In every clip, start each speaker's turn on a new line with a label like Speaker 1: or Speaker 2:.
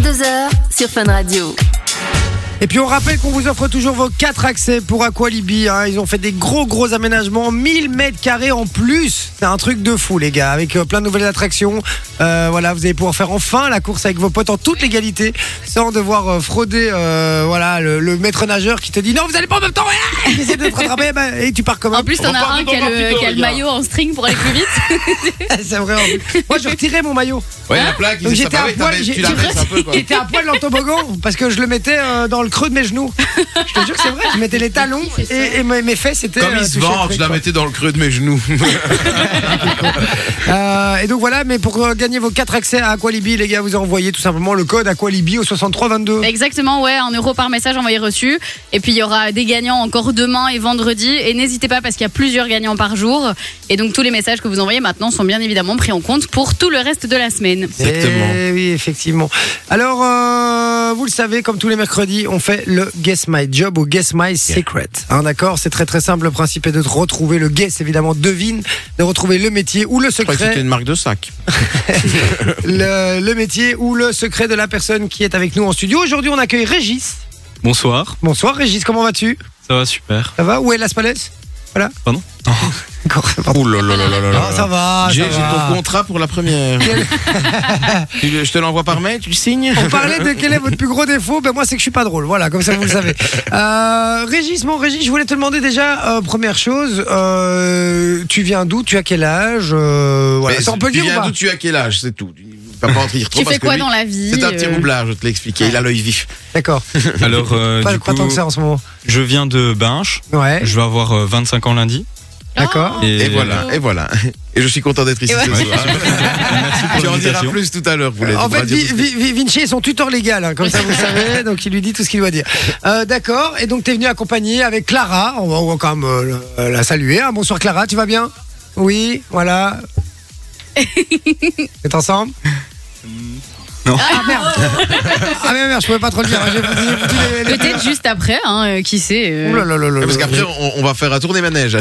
Speaker 1: 22h sur Fun Radio.
Speaker 2: Et puis on rappelle qu'on vous offre toujours vos 4 accès pour Aqualibi. hein. Ils ont fait des gros gros aménagements, 1000 mètres carrés en plus. C'est un truc de fou les gars, avec euh, plein de nouvelles attractions. Euh, voilà, vous allez pouvoir faire enfin la course avec vos potes en toute légalité, sans devoir euh, frauder euh, voilà, le, le maître nageur qui te dit non vous allez pas en même temps. Ah Il essaie de te rattraper bah, et tu pars comme un
Speaker 3: En plus, t'en as
Speaker 4: repart
Speaker 3: un
Speaker 4: dans
Speaker 3: qui a
Speaker 4: un
Speaker 3: le,
Speaker 4: tuto,
Speaker 3: qui a le
Speaker 4: les gars.
Speaker 3: maillot en string pour aller plus vite.
Speaker 2: C'est vrai. en plus. Moi je retirais mon maillot.
Speaker 4: Ouais, la plaque, il
Speaker 2: Hein Donc
Speaker 4: s'est
Speaker 2: j'étais à
Speaker 4: séparé,
Speaker 2: poil, j'ai-
Speaker 4: tu la
Speaker 2: tu
Speaker 4: baisses un peu quoi.
Speaker 2: J'étais à poil dans le toboggan parce que je le mettais euh, dans le creux de mes genoux. Je te jure que c'est vrai, je mettais les talons et, et mes, mes fesses étaient.
Speaker 4: Comme
Speaker 2: euh,
Speaker 4: il se
Speaker 2: touchées au
Speaker 4: vend,
Speaker 2: truc,
Speaker 4: tu la
Speaker 2: quoi.
Speaker 4: mettais dans le creux de mes genoux.
Speaker 2: Euh, et donc voilà, mais pour euh, gagner vos 4 accès à Aqualibi, les gars, vous envoyez tout simplement le code Aqualibi au 6322.
Speaker 3: Exactement, ouais, un euro par message envoyé reçu. Et puis il y aura des gagnants encore demain et vendredi. Et n'hésitez pas parce qu'il y a plusieurs gagnants par jour. Et donc tous les messages que vous envoyez maintenant sont bien évidemment pris en compte pour tout le reste de la semaine.
Speaker 4: Exactement.
Speaker 2: Eh oui, effectivement. Alors, euh, vous le savez, comme tous les mercredis, on fait le Guess My Job ou Guess My Secret. Hein, D'accord C'est très très simple. Le principe est de retrouver le guess, évidemment, devine, de retrouver le métier ou le secret.
Speaker 4: une marque de sac.
Speaker 2: le, le métier ou le secret de la personne qui est avec nous en studio. Aujourd'hui, on accueille Régis.
Speaker 5: Bonsoir,
Speaker 2: Bonsoir Régis, comment vas-tu
Speaker 5: ça va super.
Speaker 2: Ça va Où est Las Palais Voilà.
Speaker 5: Pardon
Speaker 2: D'accord, pardon.
Speaker 4: Ouh là là là là là
Speaker 2: Ah, ça
Speaker 4: là.
Speaker 2: va, ça
Speaker 4: J'ai j'ai
Speaker 2: va.
Speaker 4: ton contrat pour la première. Tu le- Je te l'envoie par mail, tu le signes
Speaker 2: On parlait de quel est votre plus gros défaut. Ben moi, c'est que je suis pas drôle. Voilà, comme ça vous le savez. Euh, Régis, mon Régis, je voulais te demander déjà euh, première chose. euh, tu viens d'où Tu as quel âge Euh, Voilà,
Speaker 4: Mais
Speaker 2: ça on peut le
Speaker 4: Ben, Tu
Speaker 2: dire ou
Speaker 4: viens
Speaker 2: pas
Speaker 4: d'où tu as quel âge, c'est tout. Tu vas pas en dire trop
Speaker 3: Tu
Speaker 4: parce
Speaker 3: fais
Speaker 4: que
Speaker 3: quoi
Speaker 4: lui,
Speaker 3: dans la vie
Speaker 4: C'est un petit
Speaker 3: euh,
Speaker 4: roublard, je te l'ai expliqué. Il a l'œil vif.
Speaker 2: D'accord.
Speaker 5: Alors, euh,
Speaker 2: Pas
Speaker 5: du
Speaker 2: quoi
Speaker 5: coup,
Speaker 2: tant que ça en ce moment.
Speaker 5: je viens de Binche,
Speaker 2: Ouais.
Speaker 5: je vais avoir euh, 25 ans lundi.
Speaker 2: D'accord.
Speaker 3: Oh,
Speaker 4: Et voilà, et voilà. Et je suis content d'être ici
Speaker 3: Et
Speaker 4: ce
Speaker 3: ouais.
Speaker 4: soir.
Speaker 5: Merci pour
Speaker 4: Tu en diras
Speaker 5: l'invitation.
Speaker 4: plus tout à l'heure, vous
Speaker 2: En fait, Vi- Vi- Vi- Vinci est son tuteur légal, hein, comme ça vous le savez, donc il lui dit tout ce qu'il doit dire. Euh, D'accord, et donc t'es venu accompagner avec Clara, on va, on va quand même euh, la- la saluer. hein. Bonsoir Clara, tu vas bien Oui, voilà. Vous êtes ensemble
Speaker 5: Non.
Speaker 2: Ah merde Ah merde, merde, je pouvais pas trop le dire. hein, j'ai foutu- j'ai foutu les- les-
Speaker 3: Peut-être juste après, hein, euh, qui sait. euh.
Speaker 2: Ouh là là là là
Speaker 4: Parce
Speaker 2: là.
Speaker 4: qu'après, on, on va faire un tour des manèges.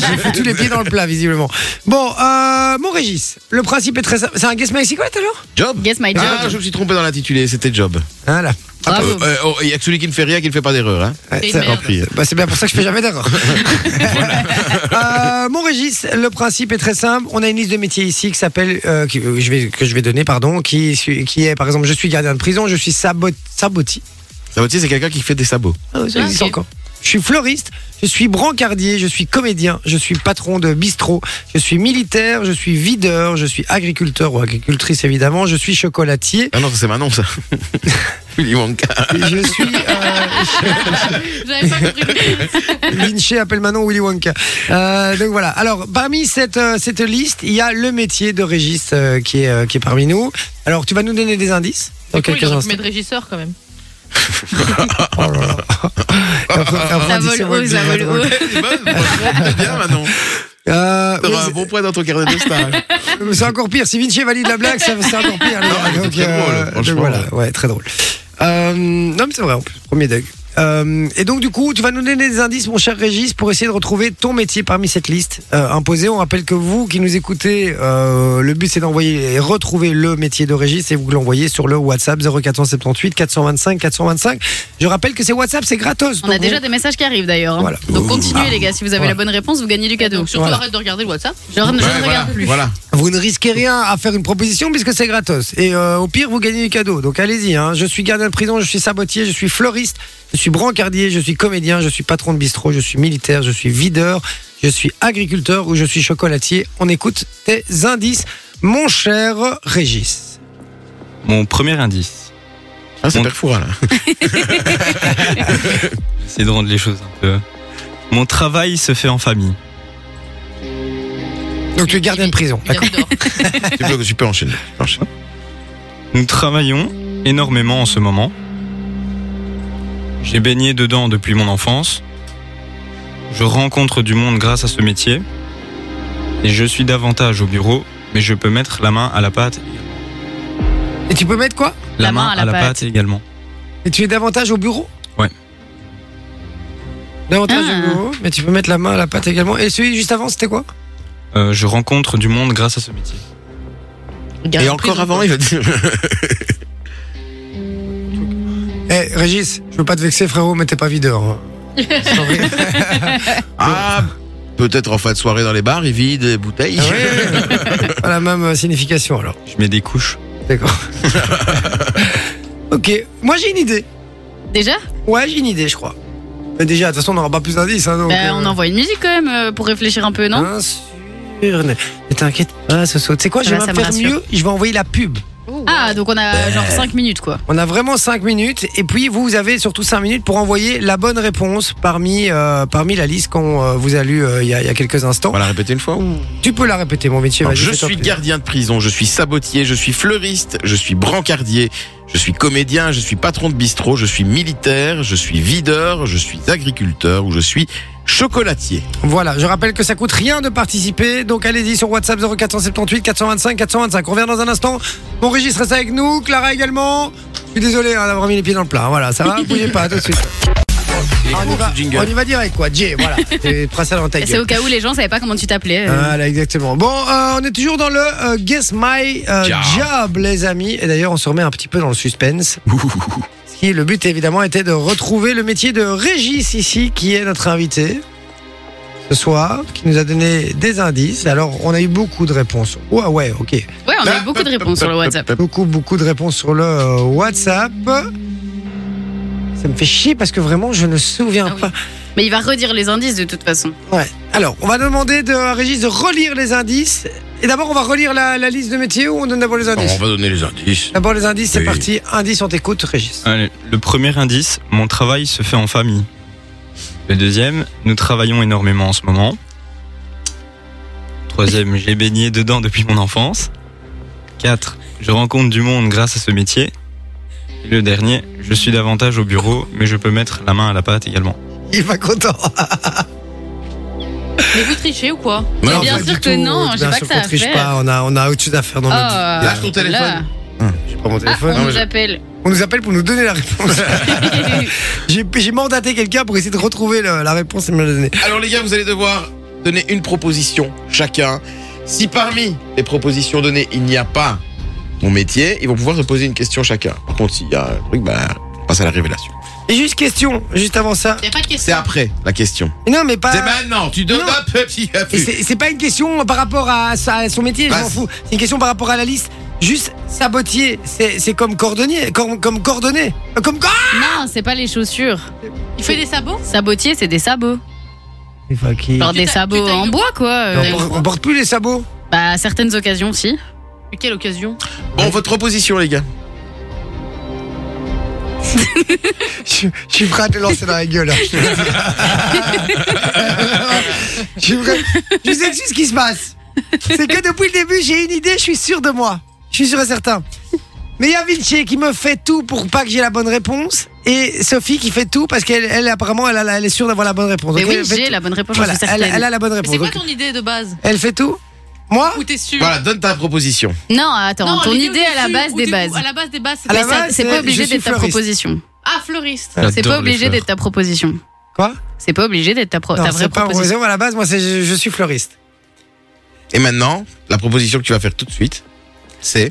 Speaker 2: j'ai foutu les pieds dans le plat, visiblement. Bon, euh, mon Régis, le principe est très simple. C'est un Guess My Secret alors
Speaker 4: Job
Speaker 3: Guess my job.
Speaker 4: Ah, je me suis trompé dans l'intitulé, c'était Job.
Speaker 2: Hein, là.
Speaker 3: Bravo.
Speaker 4: Euh, euh, oh, Il y a que celui qui ne fait rien qui ne fait pas d'erreur. Hein.
Speaker 2: Ouais,
Speaker 3: C'est une
Speaker 2: ça-
Speaker 3: merde.
Speaker 4: Compris.
Speaker 2: Bah, c'est bien pour ça que je fais jamais d'erreur. Euh, mon Régis, le principe est très simple. On a une liste de métiers ici qui s'appelle euh, qui- euh, je vais- que je vais donner pardon, qui, su- qui est par exemple je suis gardien de prison, je suis sabot, saboti.
Speaker 4: Sabotier, c'est quelqu'un qui fait des sabots.
Speaker 2: Ah, ça
Speaker 3: Ah,
Speaker 2: existe
Speaker 3: ok.
Speaker 2: encore. Je suis fleuriste, je suis brancardier, je suis comédien, je suis patron de bistrot, je suis militaire, je suis videur, je suis agriculteur ou agricultrice évidemment, je suis chocolatier,
Speaker 4: Ah non, ça, c'est Manon, ça. Willy Wonka.
Speaker 2: je suis euh,
Speaker 3: J'avais pas compris.
Speaker 2: Vinci appelle Manon Willy Wonka. Euh, donc voilà. Alors, parmi cette, euh, cette liste, il y a le métier de Régis euh, qui, est, euh, qui est parmi nous. Alors, tu vas nous donner des indices dans quelques instants.
Speaker 6: de régisseur quand même.
Speaker 2: Oh là là. Après- après,
Speaker 3: Ça
Speaker 2: on dit, c'est vrai,
Speaker 3: vole haut,
Speaker 2: c'est
Speaker 3: ça
Speaker 2: vrai,
Speaker 3: vole
Speaker 2: drôle.
Speaker 3: haut.
Speaker 4: C'est bon, franchement, c'est bien, Manon.
Speaker 2: Euh, oui,
Speaker 4: T'auras un bon point dans ton carnet de stage.
Speaker 2: c'est- C'est encore pire. Si Vinci valide la blague, ça- c'est encore pire. les
Speaker 4: Non,
Speaker 2: gars.
Speaker 4: c'est
Speaker 2: Donc, euh,
Speaker 4: très drôle,
Speaker 2: donc
Speaker 4: franchement.
Speaker 2: voilà, ouais, très drôle. Euh, non, mais c'est vrai, en plus, premier dog. Euh, et donc du coup, tu vas nous donner des indices, mon cher Régis, pour essayer de retrouver ton métier parmi cette liste euh, imposée. On rappelle que vous qui nous écoutez, euh, le but c'est d'envoyer et retrouver le métier de Régis et vous l'envoyez sur le WhatsApp 0478 425 425. Je rappelle que c'est WhatsApp, c'est gratos.
Speaker 3: On a
Speaker 2: donc
Speaker 3: déjà
Speaker 2: vous-
Speaker 3: des messages qui arrivent d'ailleurs. hein.
Speaker 2: Voilà.
Speaker 3: Donc continuez
Speaker 2: Ah.
Speaker 3: les gars, si vous avez
Speaker 2: Voilà.
Speaker 3: la bonne réponse, vous gagnez du cadeau.
Speaker 6: Donc surtout
Speaker 2: Voilà.
Speaker 6: arrête de regarder le WhatsApp.
Speaker 3: Je, ne- je
Speaker 4: Ouais,
Speaker 3: ne
Speaker 4: voilà,
Speaker 3: regarde plus.
Speaker 4: Voilà.
Speaker 2: Vous ne risquez rien à faire une proposition puisque c'est gratos. Et euh, au pire, vous gagnez du cadeau. Donc allez-y. hein. Je suis gardien de prison, je suis sabotier, je suis fleuriste, je suis brancardier, je suis comédien, je suis patron de bistrot, je suis militaire, je suis videur, je suis agriculteur ou je suis chocolatier. On écoute tes indices, mon cher Régis.
Speaker 5: Mon premier indice,
Speaker 4: Ah, c'est
Speaker 5: On-
Speaker 4: Perfoura, là.
Speaker 5: c'est de rendre les choses un peu. Mon travail se fait en famille.
Speaker 2: Donc tu es gardien de prison.
Speaker 6: Il adore.
Speaker 4: tu, peux, tu peux enchaîner. Enchaîne.
Speaker 5: Nous travaillons énormément en ce moment. J'ai baigné dedans depuis mon enfance. Je rencontre du monde grâce à ce métier. Et je suis davantage au bureau, mais je peux mettre la main à la pâte.
Speaker 2: Et tu peux mettre quoi
Speaker 3: La main à la pâte.
Speaker 5: également.
Speaker 2: Et tu es davantage au bureau
Speaker 5: Ouais.
Speaker 2: Davantage
Speaker 3: Ah.
Speaker 2: au bureau, mais tu peux mettre la main à la pâte également. Et celui juste avant, c'était quoi
Speaker 5: Euh, je rencontre du monde grâce à ce métier.
Speaker 6: Regarde
Speaker 4: Et
Speaker 6: la
Speaker 4: encore
Speaker 6: prison.
Speaker 4: avant, il va dire.
Speaker 2: Eh, Régis, je veux pas te vexer, frérot, mais t'es pas videur. hein. Sorry.
Speaker 4: Ah, peut-être en fin de soirée dans les bars, ils vident les bouteilles.
Speaker 2: Ah ouais, ouais, ouais. Pas la même euh, signification alors.
Speaker 5: Je mets des couches.
Speaker 2: D'accord. ok, moi j'ai une idée.
Speaker 3: Déjà
Speaker 2: Ouais, j'ai une idée, je crois. Mais déjà, de toute façon, on n'aura pas plus d'indices. Hein, donc,
Speaker 3: Bah,
Speaker 2: euh,
Speaker 3: On envoie une musique quand même euh, pour réfléchir un peu, non
Speaker 2: Bien sûr. Ne ne t'inquiète pas, Soso. Tu sais quoi, je vais
Speaker 3: Ça va,
Speaker 2: même
Speaker 3: ça
Speaker 2: faire
Speaker 3: me rassure.
Speaker 2: mieux. Je vais envoyer la pub.
Speaker 3: Ah, donc on a
Speaker 2: Ben,
Speaker 3: genre 5 minutes quoi.
Speaker 2: On a vraiment 5 minutes. Et puis, vous, vous avez surtout 5 minutes pour envoyer la bonne réponse parmi, euh, parmi la liste qu'on euh, vous a lue euh, il y, a- il y a quelques instants.
Speaker 4: On va la répéter une fois ou
Speaker 2: Tu peux la répéter, mon métier.
Speaker 4: Alors,
Speaker 2: vas-y,
Speaker 4: Je
Speaker 2: fais-toi
Speaker 4: suis
Speaker 2: plaisir.
Speaker 4: gardien de prison, je suis sabotier, je suis fleuriste, je suis brancardier, je suis comédien, je suis patron de bistrot, je suis militaire, je suis videur, je suis agriculteur ou je suis chocolatier.
Speaker 2: Voilà, je rappelle que ça coûte rien de participer. Donc allez-y sur WhatsApp 0478 425 425. On revient dans un instant. Mon Régis reste avec nous, Clara également. Je suis désolé hein, d'avoir mis les pieds dans le plat. hein. Voilà, ça va, bougez pas, à tout de suite. On y, va, on y va direct quoi, Jay, voilà. Et prends ça dans ta
Speaker 3: C'est
Speaker 2: gueule.
Speaker 3: au cas où les gens savaient pas comment tu t'appelais. euh.
Speaker 2: Voilà, Ah, exactement. Bon, euh, on est toujours dans le euh, Guess My euh,
Speaker 4: Job.
Speaker 2: Job, les amis. Et d'ailleurs, on se remet un petit peu dans le suspense. Ce qui, le but, évidemment, était de retrouver le métier de Régis ici, qui est notre invité ce soir, qui nous a donné des indices. Alors, on a eu beaucoup de réponses. Ouais, ouais, ok.
Speaker 3: Ouais, on a eu beaucoup de réponses sur le WhatsApp.
Speaker 2: Beaucoup, beaucoup de réponses sur le euh, WhatsApp. Ça me fait chier parce que vraiment, je ne souviens
Speaker 3: Ah oui.
Speaker 2: pas.
Speaker 3: Mais il va redire les indices de toute façon.
Speaker 2: Ouais. Alors, on va demander de, à Régis de relire les indices. Et d'abord, on va relire la, la liste de métiers ou on donne d'abord les
Speaker 4: Alors, on
Speaker 2: indices
Speaker 4: va donner les indices.
Speaker 2: D'abord les indices, c'est
Speaker 4: Oui.
Speaker 2: parti. Indices, on t'écoute, Régis.
Speaker 5: Allez, le premier indice, mon travail se fait en famille. Le deuxième, nous travaillons énormément en ce moment. Troisième, j'ai baigné dedans depuis mon enfance. Quatre, je rencontre du monde grâce à ce métier. Et le dernier, je suis davantage au bureau, mais je peux mettre la main à la pâte également.
Speaker 2: Il va content.
Speaker 3: Mais vous trichez ou quoi
Speaker 4: Non,
Speaker 2: Ah,
Speaker 3: Mais
Speaker 4: pas
Speaker 3: bien
Speaker 4: du
Speaker 3: sûr que non, j'ai
Speaker 2: Bien
Speaker 3: pas
Speaker 2: sûr
Speaker 3: que ça
Speaker 2: qu'on
Speaker 3: à
Speaker 2: triche
Speaker 3: faire.
Speaker 2: pas, on a, on a autre chose à faire dans notre vie.
Speaker 3: Ah,
Speaker 4: Lâche ton téléphone.
Speaker 3: là.
Speaker 2: J'ai pas mon
Speaker 3: Ah,
Speaker 2: téléphone.
Speaker 3: on
Speaker 4: mais
Speaker 3: nous
Speaker 4: je-
Speaker 3: appelle.
Speaker 2: On nous appelle pour nous donner la réponse. J'ai j'ai mandaté quelqu'un pour essayer de retrouver le- la réponse et me la donner.
Speaker 4: Alors les gars, vous allez devoir donner une proposition chacun. Si parmi les propositions données, il n'y a pas mon métier, ils vont pouvoir se poser une question chacun. Par contre, s'il y a un truc, bah, on passe à la révélation.
Speaker 2: Et juste question, juste avant ça.
Speaker 3: Y a pas de
Speaker 4: C'est
Speaker 3: question.
Speaker 4: après la question.
Speaker 2: Et Non, mais pas.
Speaker 4: C'est maintenant, tu donnes
Speaker 2: Euh, non.
Speaker 4: un petit à
Speaker 2: Et
Speaker 4: plus.
Speaker 2: C'est c'est pas une question par rapport à, sa- à son métier, je
Speaker 4: Bah,
Speaker 2: m'en fous. C'est une question par rapport à la liste. Juste sabotier, c'est c'est comme cordonnier, comme comme cordonné, Euh, comme quoi
Speaker 3: Non, c'est pas les chaussures. Il fait des sabots Sabotier, c'est des sabots. Genre des
Speaker 6: tailles- tu
Speaker 3: sabots
Speaker 6: tailles
Speaker 3: en
Speaker 6: le-
Speaker 3: bois quoi.
Speaker 2: on,
Speaker 3: euh,
Speaker 2: porte- on porte plus les sabots.
Speaker 3: Bah, à certaines occasions, si.
Speaker 6: Mais Quelle occasion
Speaker 4: Bon, votre proposition, les gars.
Speaker 2: Je, je suis prêt à te lancer dans la gueule. hein. je suis prêt. Je sais que c'est ce qui se passe. C'est que depuis le début, j'ai une idée, je suis sûr de moi. Je suis sûr et certain. Mais il y a Vinci qui me fait tout pour pas que j'ai la bonne réponse. Et Sophie qui fait tout parce qu'elle, elle, apparemment, elle, a la- elle est sûre d'avoir la bonne réponse.
Speaker 3: Mais
Speaker 2: Donc,
Speaker 3: oui,
Speaker 2: elle fait
Speaker 3: j'ai
Speaker 2: tout.
Speaker 3: la bonne réponse,
Speaker 2: Voilà,
Speaker 3: je suis
Speaker 2: elle,
Speaker 3: certaine.
Speaker 2: elle a la bonne
Speaker 6: Mais
Speaker 2: réponse.
Speaker 6: C'est quoi
Speaker 2: Donc,
Speaker 6: ton idée de base
Speaker 2: elle fait tout Moi
Speaker 6: Où t'es sûr
Speaker 4: Voilà, donne ta proposition.
Speaker 3: Non, attends,
Speaker 6: Non,
Speaker 3: ton
Speaker 6: l'idée où
Speaker 3: idée
Speaker 6: t'es
Speaker 3: à la
Speaker 6: sûr,
Speaker 3: base
Speaker 6: où
Speaker 3: des
Speaker 6: t'es-
Speaker 3: bases.
Speaker 6: À la base des bases, c'est
Speaker 2: À
Speaker 3: Mais
Speaker 2: Ah la
Speaker 6: pas-
Speaker 3: ça-
Speaker 2: base,
Speaker 3: c'est
Speaker 2: c'est-
Speaker 3: pas
Speaker 2: je
Speaker 3: obligé
Speaker 2: suis
Speaker 3: d'être ta
Speaker 2: fleuriste.
Speaker 3: proposition.
Speaker 6: Ah, fleuriste.
Speaker 5: J'adore
Speaker 3: C'est pas
Speaker 5: les
Speaker 3: obligé
Speaker 5: fleurs.
Speaker 3: d'être ta proposition.
Speaker 2: Quoi
Speaker 3: C'est pas obligé d'être ta, pro-
Speaker 2: Non,
Speaker 3: ta Oh, vraie
Speaker 2: c'est pas
Speaker 3: proposition.
Speaker 2: heureusement, à la base, moi, c'est, je, je suis fleuriste.
Speaker 4: Et maintenant, la proposition que tu vas faire tout de suite, c'est.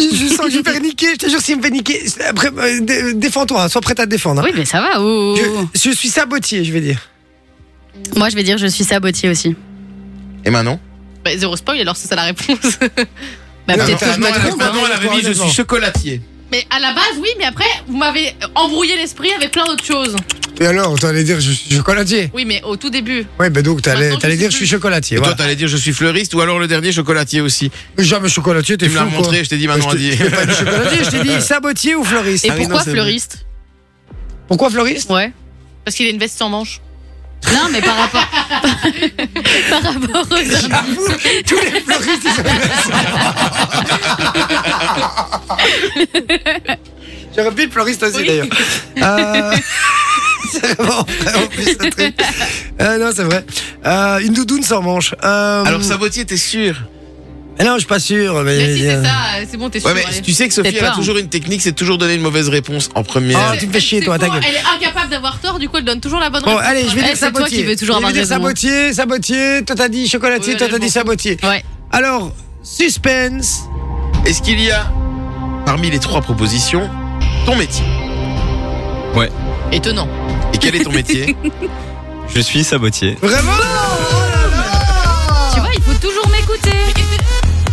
Speaker 2: Je, je sens que je vais faire niquer, je te jure, s'il me fait niquer. Après, euh, dé- défends-toi, hein, sois prête à te défendre. hein.
Speaker 3: Oui, mais ça va. oh, oh, oh.
Speaker 2: Je, je suis sabotier, je vais dire.
Speaker 3: Moi, je vais dire, je suis sabotier aussi.
Speaker 4: Et maintenant
Speaker 6: Bah, zéro spoil, alors c'est ça la réponse.
Speaker 3: Bah,
Speaker 2: Non,
Speaker 3: peut-être
Speaker 2: non,
Speaker 3: que je me
Speaker 2: non,
Speaker 3: trompe.
Speaker 2: non.
Speaker 6: hein.
Speaker 4: Maintenant, elle avait dit je suis chocolatier.
Speaker 6: mais à la base, oui, mais après, vous m'avez embrouillé l'esprit avec plein d'autres choses.
Speaker 2: Et alors, t'allais dire je suis chocolatier
Speaker 6: Oui, mais au tout début.
Speaker 2: Oui, ben donc t'allais
Speaker 6: Maintenant,
Speaker 2: t'allais
Speaker 6: je
Speaker 2: dire
Speaker 6: sais
Speaker 2: je suis
Speaker 6: plus.
Speaker 2: chocolatier.
Speaker 4: Et toi,
Speaker 2: Voilà.
Speaker 4: t'allais dire je suis fleuriste ou alors le dernier chocolatier aussi.
Speaker 2: Jamais chocolatier, t'es
Speaker 4: Tu me
Speaker 2: fou.
Speaker 4: l'as
Speaker 2: quoi.
Speaker 4: montré, je t'ai dit
Speaker 2: Je
Speaker 4: maintenant,
Speaker 2: te-
Speaker 4: dis.
Speaker 2: je t'ai pas dit chocolatier, je t'ai dit sabotier ou fleuriste.
Speaker 3: Et
Speaker 4: Ah oui, non,
Speaker 3: pourquoi
Speaker 4: c'est vrai.
Speaker 3: fleuriste
Speaker 2: Pourquoi fleuriste
Speaker 3: Ouais.
Speaker 6: Parce qu'il a une veste sans manches.
Speaker 3: Non, mais par rapport. par rapport aux.
Speaker 6: Ah,
Speaker 2: J'avoue, tous les fleuristes. ils sont- J'aurais pu le fleuriste aussi
Speaker 6: Oui.
Speaker 2: d'ailleurs. Euh, c'est vraiment vrai, en plus ce truc. Euh, non, c'est vrai. Euh, une doudoune sans manche. Euh,
Speaker 4: Alors, sabotier, t'es sûr
Speaker 2: ah Non, je suis pas sûr. Mais,
Speaker 6: Mais si, c'est ça, euh, c'est bon, t'es sûr.
Speaker 4: Ouais, mais
Speaker 6: allez.
Speaker 4: tu sais que Sophie,
Speaker 3: Peut-être
Speaker 4: elle a
Speaker 3: pas,
Speaker 4: toujours une technique, c'est toujours donner une mauvaise réponse en première.
Speaker 2: Ah, tu me fais
Speaker 6: Elle-
Speaker 2: chier,
Speaker 6: c'est
Speaker 2: toi, ta
Speaker 6: faux,
Speaker 2: gueule.
Speaker 6: Elle est incapable d'avoir tort, du coup, elle donne toujours la bonne
Speaker 2: Bon,
Speaker 6: réponse.
Speaker 2: allez, je vais
Speaker 6: Eh,
Speaker 2: dire
Speaker 3: c'est toi
Speaker 2: sabotier.
Speaker 3: qui veux toujours
Speaker 2: je vais
Speaker 3: avoir
Speaker 2: dire
Speaker 3: raison.
Speaker 2: sabotier, sabotier. Toi, t'as dit chocolatier,
Speaker 6: Oui,
Speaker 2: toi,
Speaker 6: allez,
Speaker 2: t'as
Speaker 6: je
Speaker 2: dit
Speaker 6: m'en fous.
Speaker 2: sabotier.
Speaker 3: Ouais.
Speaker 2: Alors, suspense.
Speaker 4: Est-ce qu'il y a, parmi les trois propositions, ton métier
Speaker 5: Ouais.
Speaker 7: Étonnant.
Speaker 4: Et quel est ton métier
Speaker 5: Je suis sabotier.
Speaker 2: Vraiment
Speaker 3: Tu vois, il faut toujours m'écouter.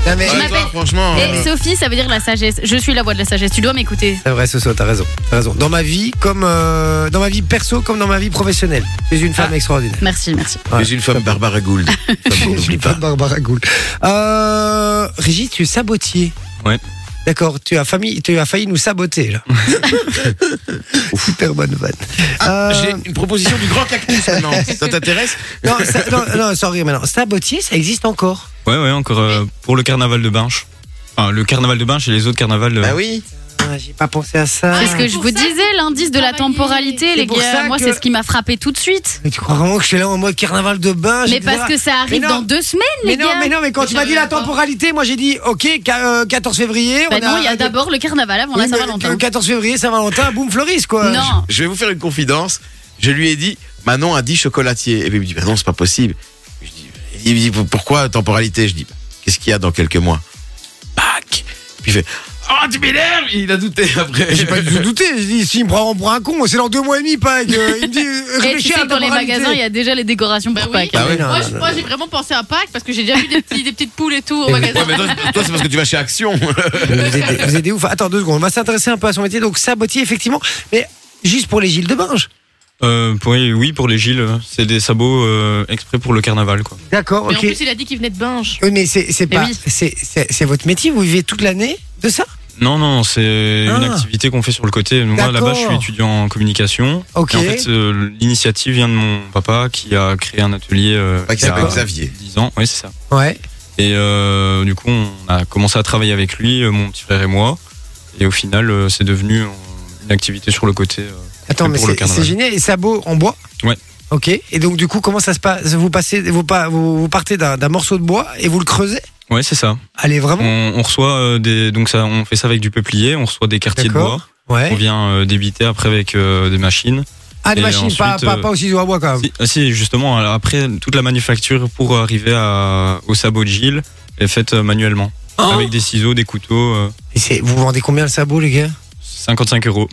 Speaker 2: Non, mais- Eh,
Speaker 4: Ouais,
Speaker 3: m'appelle-
Speaker 4: toi, Franchement.
Speaker 3: Et
Speaker 4: euh,
Speaker 3: Sophie, ça veut dire la sagesse. Je suis la voix de la sagesse. Tu dois m'écouter.
Speaker 2: C'est vrai, Soso, t'as raison. T'as raison. Dans ma vie, comme euh, dans ma vie perso, comme dans ma vie professionnelle, je suis une femme extraordinaire.
Speaker 3: Merci, merci.
Speaker 2: Ouais.
Speaker 4: Mais j'ai une femme Barbara Gould. Femme qu'on
Speaker 2: Je suis
Speaker 4: n'oublie
Speaker 2: pas
Speaker 4: pas.
Speaker 2: Barbara Gould. Euh, Régis, tu es sabotier.
Speaker 5: Ouais.
Speaker 2: D'accord, tu as, famille, tu as failli nous saboter là. Super bonne vanne. Euh,
Speaker 4: J'ai une proposition du grand cactus maintenant. Ça t'intéresse
Speaker 2: non, ça- non, non, sans rire maintenant. Sabotier, ça existe encore.
Speaker 5: Ouais, ouais, encore euh, pour le carnaval de Binche. Enfin, le carnaval de Binche et les autres carnavals. euh,
Speaker 4: Bah oui.
Speaker 2: Ah, J'ai pas pensé à ça.
Speaker 3: C'est ce que je
Speaker 6: pour
Speaker 3: vous
Speaker 6: ça
Speaker 3: disais, l'indice de la
Speaker 6: travailler.
Speaker 3: temporalité,
Speaker 2: C'est
Speaker 3: les
Speaker 2: pour ça
Speaker 3: gars. Moi,
Speaker 2: que-
Speaker 3: c'est ce qui m'a frappé tout de suite.
Speaker 2: Mais tu crois vraiment que je suis là en mode carnaval de bain Ah, j'ai
Speaker 3: Mais
Speaker 2: des
Speaker 3: parce que ça arrive
Speaker 2: Mais non.
Speaker 3: dans deux semaines,
Speaker 2: Mais
Speaker 3: les
Speaker 2: non,
Speaker 3: gars.
Speaker 2: mais non, mais quand tu m'as dit la temporalité, moi j'ai dit ok, ca- euh, 14 février.
Speaker 3: Bah
Speaker 2: on
Speaker 3: non, il y a
Speaker 2: un-
Speaker 3: d'abord le carnaval avant
Speaker 2: Oui,
Speaker 3: la
Speaker 2: mais
Speaker 3: Saint-Valentin.
Speaker 2: Le 14 février, Saint-Valentin, boum, Floris quoi.
Speaker 3: Non,
Speaker 4: Je vais vous faire une confidence. Je lui ai dit, Manon a dit chocolatier. Et puis il me dit, bah non, c'est pas possible. Je dis, il me dit, pourquoi temporalité Je dis, Bah, qu'est-ce qu'il y a dans quelques mois Pâques. Puis il fait, oh, tu m'énerves Il a douté après.
Speaker 2: J'ai pas du tout douté. J'ai dit, s'il me prend pour un con, c'est dans deux mois et demi, Pâques. Euh, Il me dit, euh,
Speaker 3: Et tu
Speaker 2: réfléchis à
Speaker 3: sais
Speaker 2: la
Speaker 3: que dans les
Speaker 2: temporalité.
Speaker 3: magasins, il y a déjà les décorations
Speaker 6: Bah
Speaker 3: pour
Speaker 6: oui.
Speaker 3: Pâques.
Speaker 4: Bah oui.
Speaker 2: Non,
Speaker 6: Moi,
Speaker 2: non,
Speaker 6: je-
Speaker 2: Ah non,
Speaker 6: moi, j'ai vraiment pensé à Pâques parce que j'ai déjà vu des, petits- des petites poules et tout au magasin.
Speaker 4: Ouais, mais toi, toi, c'est parce que tu vas chez Action.
Speaker 2: Vous êtes, des- vous êtes des ouf. Attends deux secondes, on va s'intéresser un peu à son métier. Donc, sabotier, effectivement. Mais juste pour les Gilles de Binge.
Speaker 5: euh, pour- oui, pour les Gilles, euh, c'est des sabots euh, exprès pour le carnaval, quoi.
Speaker 2: D'accord,
Speaker 6: Mais en
Speaker 2: ok.
Speaker 6: plus, il a dit qu'il venait de Binge.
Speaker 2: Oui, mais c'est c'est
Speaker 3: Mais
Speaker 2: pas.
Speaker 3: oui.
Speaker 2: c'est- C'est c'est votre métier, vous vivez toute l'année de ça
Speaker 5: Non, non, c'est
Speaker 2: Ah.
Speaker 5: une activité qu'on fait sur le côté. Moi,
Speaker 2: D'accord.
Speaker 5: là-bas, je suis étudiant en communication.
Speaker 2: Ok.
Speaker 5: Et en fait, euh, l'initiative vient de mon papa qui a créé un atelier euh,
Speaker 4: Pas qui
Speaker 5: il y a
Speaker 4: s'appelle Xavier.
Speaker 5: 10 ans. Oui, c'est ça.
Speaker 2: Ouais.
Speaker 5: Et euh, du coup, on a commencé à travailler avec lui, euh, mon petit frère et moi. Et au final, euh, c'est devenu euh, une activité sur le côté. euh.
Speaker 2: Attends, mais
Speaker 5: pour le
Speaker 2: c'est
Speaker 5: carnaval.
Speaker 2: c'est génial. Et sabots en bois
Speaker 5: Ouais.
Speaker 2: Ok. Et donc, du coup, comment ça se passe vous, passez, vous, pa- vous, vous partez d'un d'un morceau de bois et vous le creusez
Speaker 5: Ouais, c'est ça.
Speaker 2: Allez, vraiment
Speaker 5: On, on reçoit euh, des. Donc, ça, on fait ça avec du peuplier, on reçoit des quartiers de
Speaker 2: D'accord.
Speaker 5: bois. On
Speaker 2: Ouais.
Speaker 5: vient euh, débiter après avec euh, des machines.
Speaker 2: Ah, de
Speaker 5: Et
Speaker 2: machine, pas,
Speaker 5: ensuite,
Speaker 2: pas,
Speaker 5: euh,
Speaker 2: pas au ciseau à bois quand même.
Speaker 5: Si, ah, si, justement, alors après, toute la manufacture pour arriver à, au sabot de Gilles est faite euh, manuellement.
Speaker 4: Ah.
Speaker 2: Hein
Speaker 5: avec des ciseaux, des couteaux, euh,
Speaker 2: Et c'est- vous vendez combien le sabot, les gars
Speaker 5: 55 euros.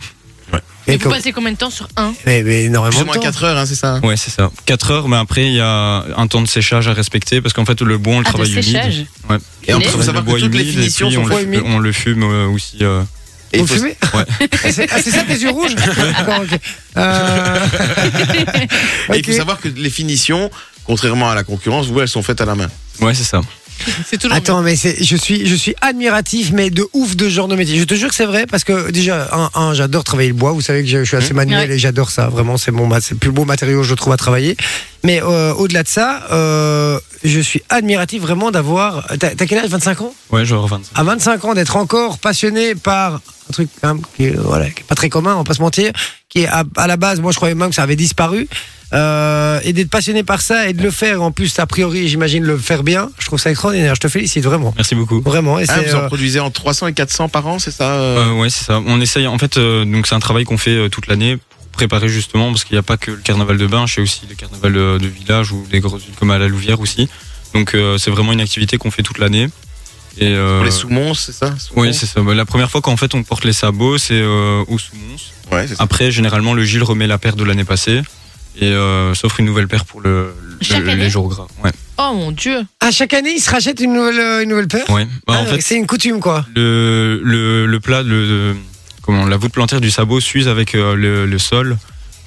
Speaker 6: Et
Speaker 2: Et
Speaker 6: vous
Speaker 2: comme-
Speaker 6: passez combien de temps sur un
Speaker 2: mais, mais énormément
Speaker 4: Plus ou
Speaker 2: de
Speaker 4: moins
Speaker 2: temps.
Speaker 4: 4 heures, hein, c'est ça
Speaker 5: Ouais, c'est ça. 4 heures, mais après, il y a un temps de séchage à respecter parce qu'en fait, le bois, on le
Speaker 3: Ah, de
Speaker 5: travaille humide.
Speaker 3: séchage.
Speaker 4: Et on
Speaker 3: Le
Speaker 4: faut
Speaker 5: travaille
Speaker 4: savoir
Speaker 5: le
Speaker 4: que
Speaker 5: bois
Speaker 4: toutes les
Speaker 5: humide et
Speaker 4: finitions
Speaker 5: puis
Speaker 4: sont
Speaker 5: on,
Speaker 2: faites
Speaker 5: le,
Speaker 2: humide.
Speaker 5: on le fume euh, aussi. euh.
Speaker 4: Et
Speaker 2: Vous
Speaker 4: il faut-
Speaker 2: fumez
Speaker 5: Ouais.
Speaker 2: Ah, c'est ah, c'est ça tes yeux rouges D'accord, ok. Euh,
Speaker 4: Et il faut
Speaker 2: ok.
Speaker 4: savoir que les finitions, contrairement à la concurrence, vous, elles sont faites à la main.
Speaker 5: Ouais, c'est ça.
Speaker 6: C'est toujours.
Speaker 2: Attends, mais c'est- je suis, je suis admiratif, mais de ouf de ce genre de métier. Je te jure que c'est vrai, parce que déjà, un, un, j'adore travailler le bois. Vous savez que je, je suis assez
Speaker 4: Mmh.
Speaker 2: manuel
Speaker 3: Ouais.
Speaker 2: et j'adore ça. Vraiment, c'est mon, ma- c'est le plus beau matériau que je trouve à travailler. Mais euh, au-delà de ça, euh, je suis admiratif vraiment d'avoir. T'as t'as quel âge 25 ans
Speaker 5: Ouais, genre 25.
Speaker 2: à 25 ans d'être encore passionné par un truc quand même qui, est, voilà, qui est pas très commun, on va pas se mentir, qui est à, à la base, moi je croyais même que ça avait disparu. Euh, et d'être passionné par ça et de le faire en plus a priori j'imagine le faire bien je trouve ça extraordinaire je te félicite vraiment
Speaker 5: Merci beaucoup.
Speaker 2: vraiment et
Speaker 4: Hein,
Speaker 2: c'est
Speaker 4: vous en
Speaker 2: euh,
Speaker 4: produisez en 300 et 400 par an, c'est ça euh
Speaker 5: Euh, ouais, c'est ça. On essaye. En fait, euh, donc c'est un travail qu'on fait euh, toute l'année pour préparer justement, parce qu'il n'y a pas que le carnaval de Binche, il y a aussi les carnavals euh, de, de village ou des grosses villes comme à la Louvière aussi. Donc euh, c'est vraiment une activité qu'on fait toute l'année. Et euh,
Speaker 4: Pour les sous-mons, c'est ça
Speaker 5: oui, c'est ça. Bah, La première fois qu'en fait on porte les sabots, c'est euh, au Soumons.
Speaker 4: Ouais, c'est ça.
Speaker 5: Après, généralement, le Gilles remet la paire de l'année passée et euh, s'offre une nouvelle paire pour le, le-
Speaker 6: Chaque année
Speaker 5: les jours gras. Ouais.
Speaker 6: Oh mon dieu.
Speaker 2: à chaque année il se rachète une nouvelle euh, une nouvelle paire
Speaker 5: ouais. Bah,
Speaker 2: Ah,
Speaker 5: en fait,
Speaker 2: c'est une coutume quoi
Speaker 5: le, le, le plat, le, comment, la voûte plantaire du sabot s'use avec euh, le, le sol.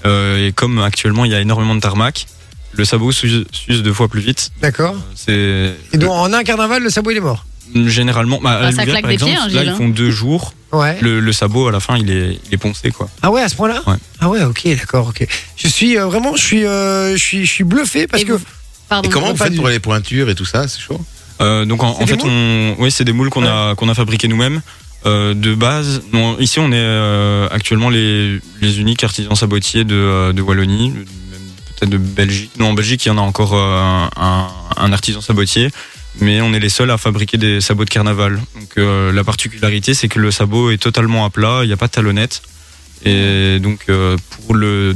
Speaker 5: Euh, et comme actuellement il y a énormément de tarmac, le sabot s'use s'use deux fois plus vite.
Speaker 2: d'accord
Speaker 5: C'est
Speaker 2: et donc en un carnaval le sabot il est mort
Speaker 5: généralement. Bah, à
Speaker 3: Bah,
Speaker 5: la
Speaker 3: ça
Speaker 5: Louvière,
Speaker 3: claque
Speaker 5: par
Speaker 3: des
Speaker 5: exemple,
Speaker 3: pieds, hein,
Speaker 5: là
Speaker 3: Gilles,
Speaker 5: ils font deux jours.
Speaker 2: ouais
Speaker 5: Le, le sabot à la fin il est, il est poncé quoi.
Speaker 2: ah ouais à ce point là
Speaker 5: Ouais.
Speaker 2: ah ouais ok d'accord ok je suis euh, vraiment je suis euh, je suis je suis bluffé parce
Speaker 3: Et
Speaker 2: que
Speaker 3: vous- Pardon.
Speaker 4: Et comment vous
Speaker 2: pas
Speaker 4: faites
Speaker 2: du-
Speaker 4: pour les pointures et tout ça C'est chaud
Speaker 5: Euh, donc en,
Speaker 2: C'est
Speaker 5: en
Speaker 2: des
Speaker 5: fait, on, oui, c'est des moules qu'on a qu'on a fabriqués nous-mêmes Euh, de base. Non, ici, on est euh, actuellement les, les uniques artisans sabotiers de, euh, de Wallonie, même peut-être de Belgique. Non, en Belgique, il y en a encore euh, un, un artisan sabotier, mais on est les seuls à fabriquer des sabots de carnaval. Donc euh, la particularité, c'est que le sabot est totalement à plat, il n'y a pas de talonnette, et donc euh, pour le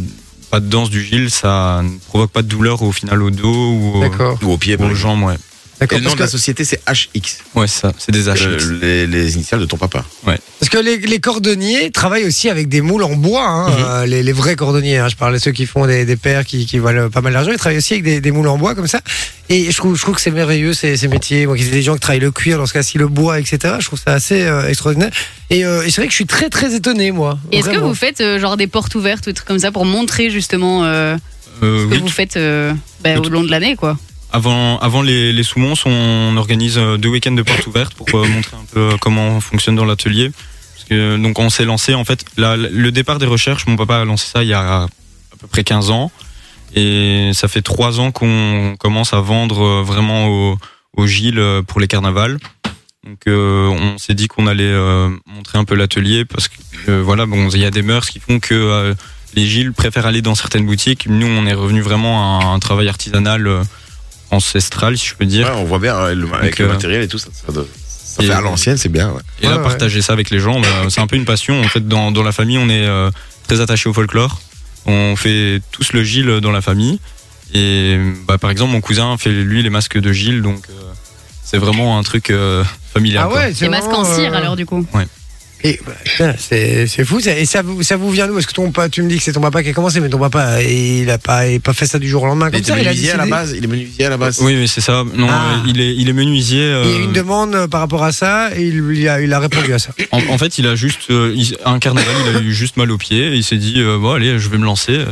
Speaker 5: pas de danse du Gilles, ça ne provoque pas de douleur au final au dos ou au-
Speaker 2: d'accord
Speaker 4: Ou au pied,
Speaker 5: aux,
Speaker 4: par exemple.
Speaker 5: jambes. Ouais.
Speaker 4: Et
Speaker 2: D'accord.
Speaker 4: le nom
Speaker 2: Parce
Speaker 4: de la
Speaker 2: que,
Speaker 4: société, c'est HX.
Speaker 5: Ouais, ça, c'est des achats.
Speaker 4: Euh, Le- les, les initiales de ton papa.
Speaker 2: parce que les, les cordonniers travaillent aussi avec des moules en bois, hein,
Speaker 4: Mhm.
Speaker 2: euh, les, les vrais cordonniers. hein. je parle de ceux qui font des, des paires qui, qui valent pas mal d'argent. Ils travaillent aussi avec des, des moules en bois comme ça. Et je trouve, je trouve que c'est merveilleux ces, ces métiers. Moi, qui des gens qui travaillent le cuir, dans ce cas-ci le bois, etc. Je trouve ça assez euh, extraordinaire. Et, euh, et c'est vrai que je suis très très étonné, moi.
Speaker 3: Et Est-ce que
Speaker 2: Vraiment.
Speaker 3: vous faites euh, genre des portes ouvertes ou des trucs comme ça pour montrer justement euh,
Speaker 5: Euh,
Speaker 3: ce que
Speaker 5: oui,
Speaker 3: vous faites euh, bah,
Speaker 5: Le
Speaker 3: au long de l'année quoi
Speaker 5: Avant, avant les, les sous-mons, on organise euh, deux week-ends de portes ouvertes pour euh, montrer un peu euh, comment on fonctionne dans l'atelier. Parce que, Donc on s'est lancé, en fait, la- la- le départ des recherches, mon papa a lancé ça il y a à peu près 15 ans. Et ça fait trois ans qu'on commence à vendre euh, vraiment au, au Gilles euh, pour les carnavals. Donc euh, on s'est dit qu'on allait euh, montrer un peu l'atelier parce que euh, voilà, bon, il y a des mœurs qui font que euh, les Gilles préfèrent aller dans certaines boutiques. Nous, on est revenu vraiment à un travail artisanal. euh, ancestral si je peux dire
Speaker 4: Ouais, on voit bien euh, le- avec
Speaker 5: Donc,
Speaker 4: le
Speaker 5: euh,
Speaker 4: matériel et tout ça. Ça, doit- ça
Speaker 5: et-
Speaker 4: fait à l'ancienne, c'est bien. ouais.
Speaker 5: et là
Speaker 2: Ouais, ouais.
Speaker 5: partager ça avec les gens bah, c'est un peu une passion en fait dans, dans la famille on est euh, très attaché au folklore on fait tous le Gilles dans la famille et bah, par exemple mon cousin fait lui les masques de Gilles donc euh, c'est vraiment un truc euh, familial
Speaker 2: Ah
Speaker 5: quoi.
Speaker 2: ouais, c'est
Speaker 3: Des masques en
Speaker 2: vraiment, euh,
Speaker 3: cire alors du coup
Speaker 2: Et bah, putain, c'est c'est fou. ça. Et ça, vous- ça vous vient d'où Est-ce que ton papa, tu me dis que c'est ton papa qui a commencé, mais ton papa, il a pas, il a pas fait ça du jour au lendemain
Speaker 4: Il
Speaker 2: comme
Speaker 4: était
Speaker 2: ça. Il a
Speaker 4: menuisier à la
Speaker 2: décidé.
Speaker 4: base. Il est menuisier à la base.
Speaker 5: oui oui, c'est ça non
Speaker 2: bah, Ah.
Speaker 5: euh, il est il est
Speaker 2: Il y
Speaker 5: menuisier
Speaker 2: a eu
Speaker 5: euh,
Speaker 2: une demande euh, par rapport à ça et il, il a, il a répondu à ça.
Speaker 5: en, en fait il a juste euh, il- un carnaval il a eu juste mal aux pieds et il s'est dit euh, bon allez je vais me lancer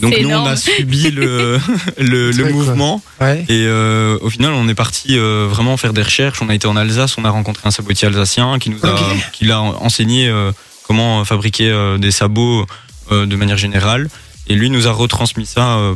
Speaker 5: donc
Speaker 3: C'est
Speaker 5: nous on
Speaker 3: énorme.
Speaker 5: a subi le le, le
Speaker 2: truc, quoi.
Speaker 5: mouvement
Speaker 2: Ouais.
Speaker 5: Et euh, au final, on est parti euh, vraiment faire des recherches. On a été en Alsace, on a rencontré un sabotier alsacien qui nous a,
Speaker 2: Ok.
Speaker 5: qui l'a enseigné euh, comment fabriquer euh, des sabots euh, de manière générale. Et lui nous a retransmis ça euh,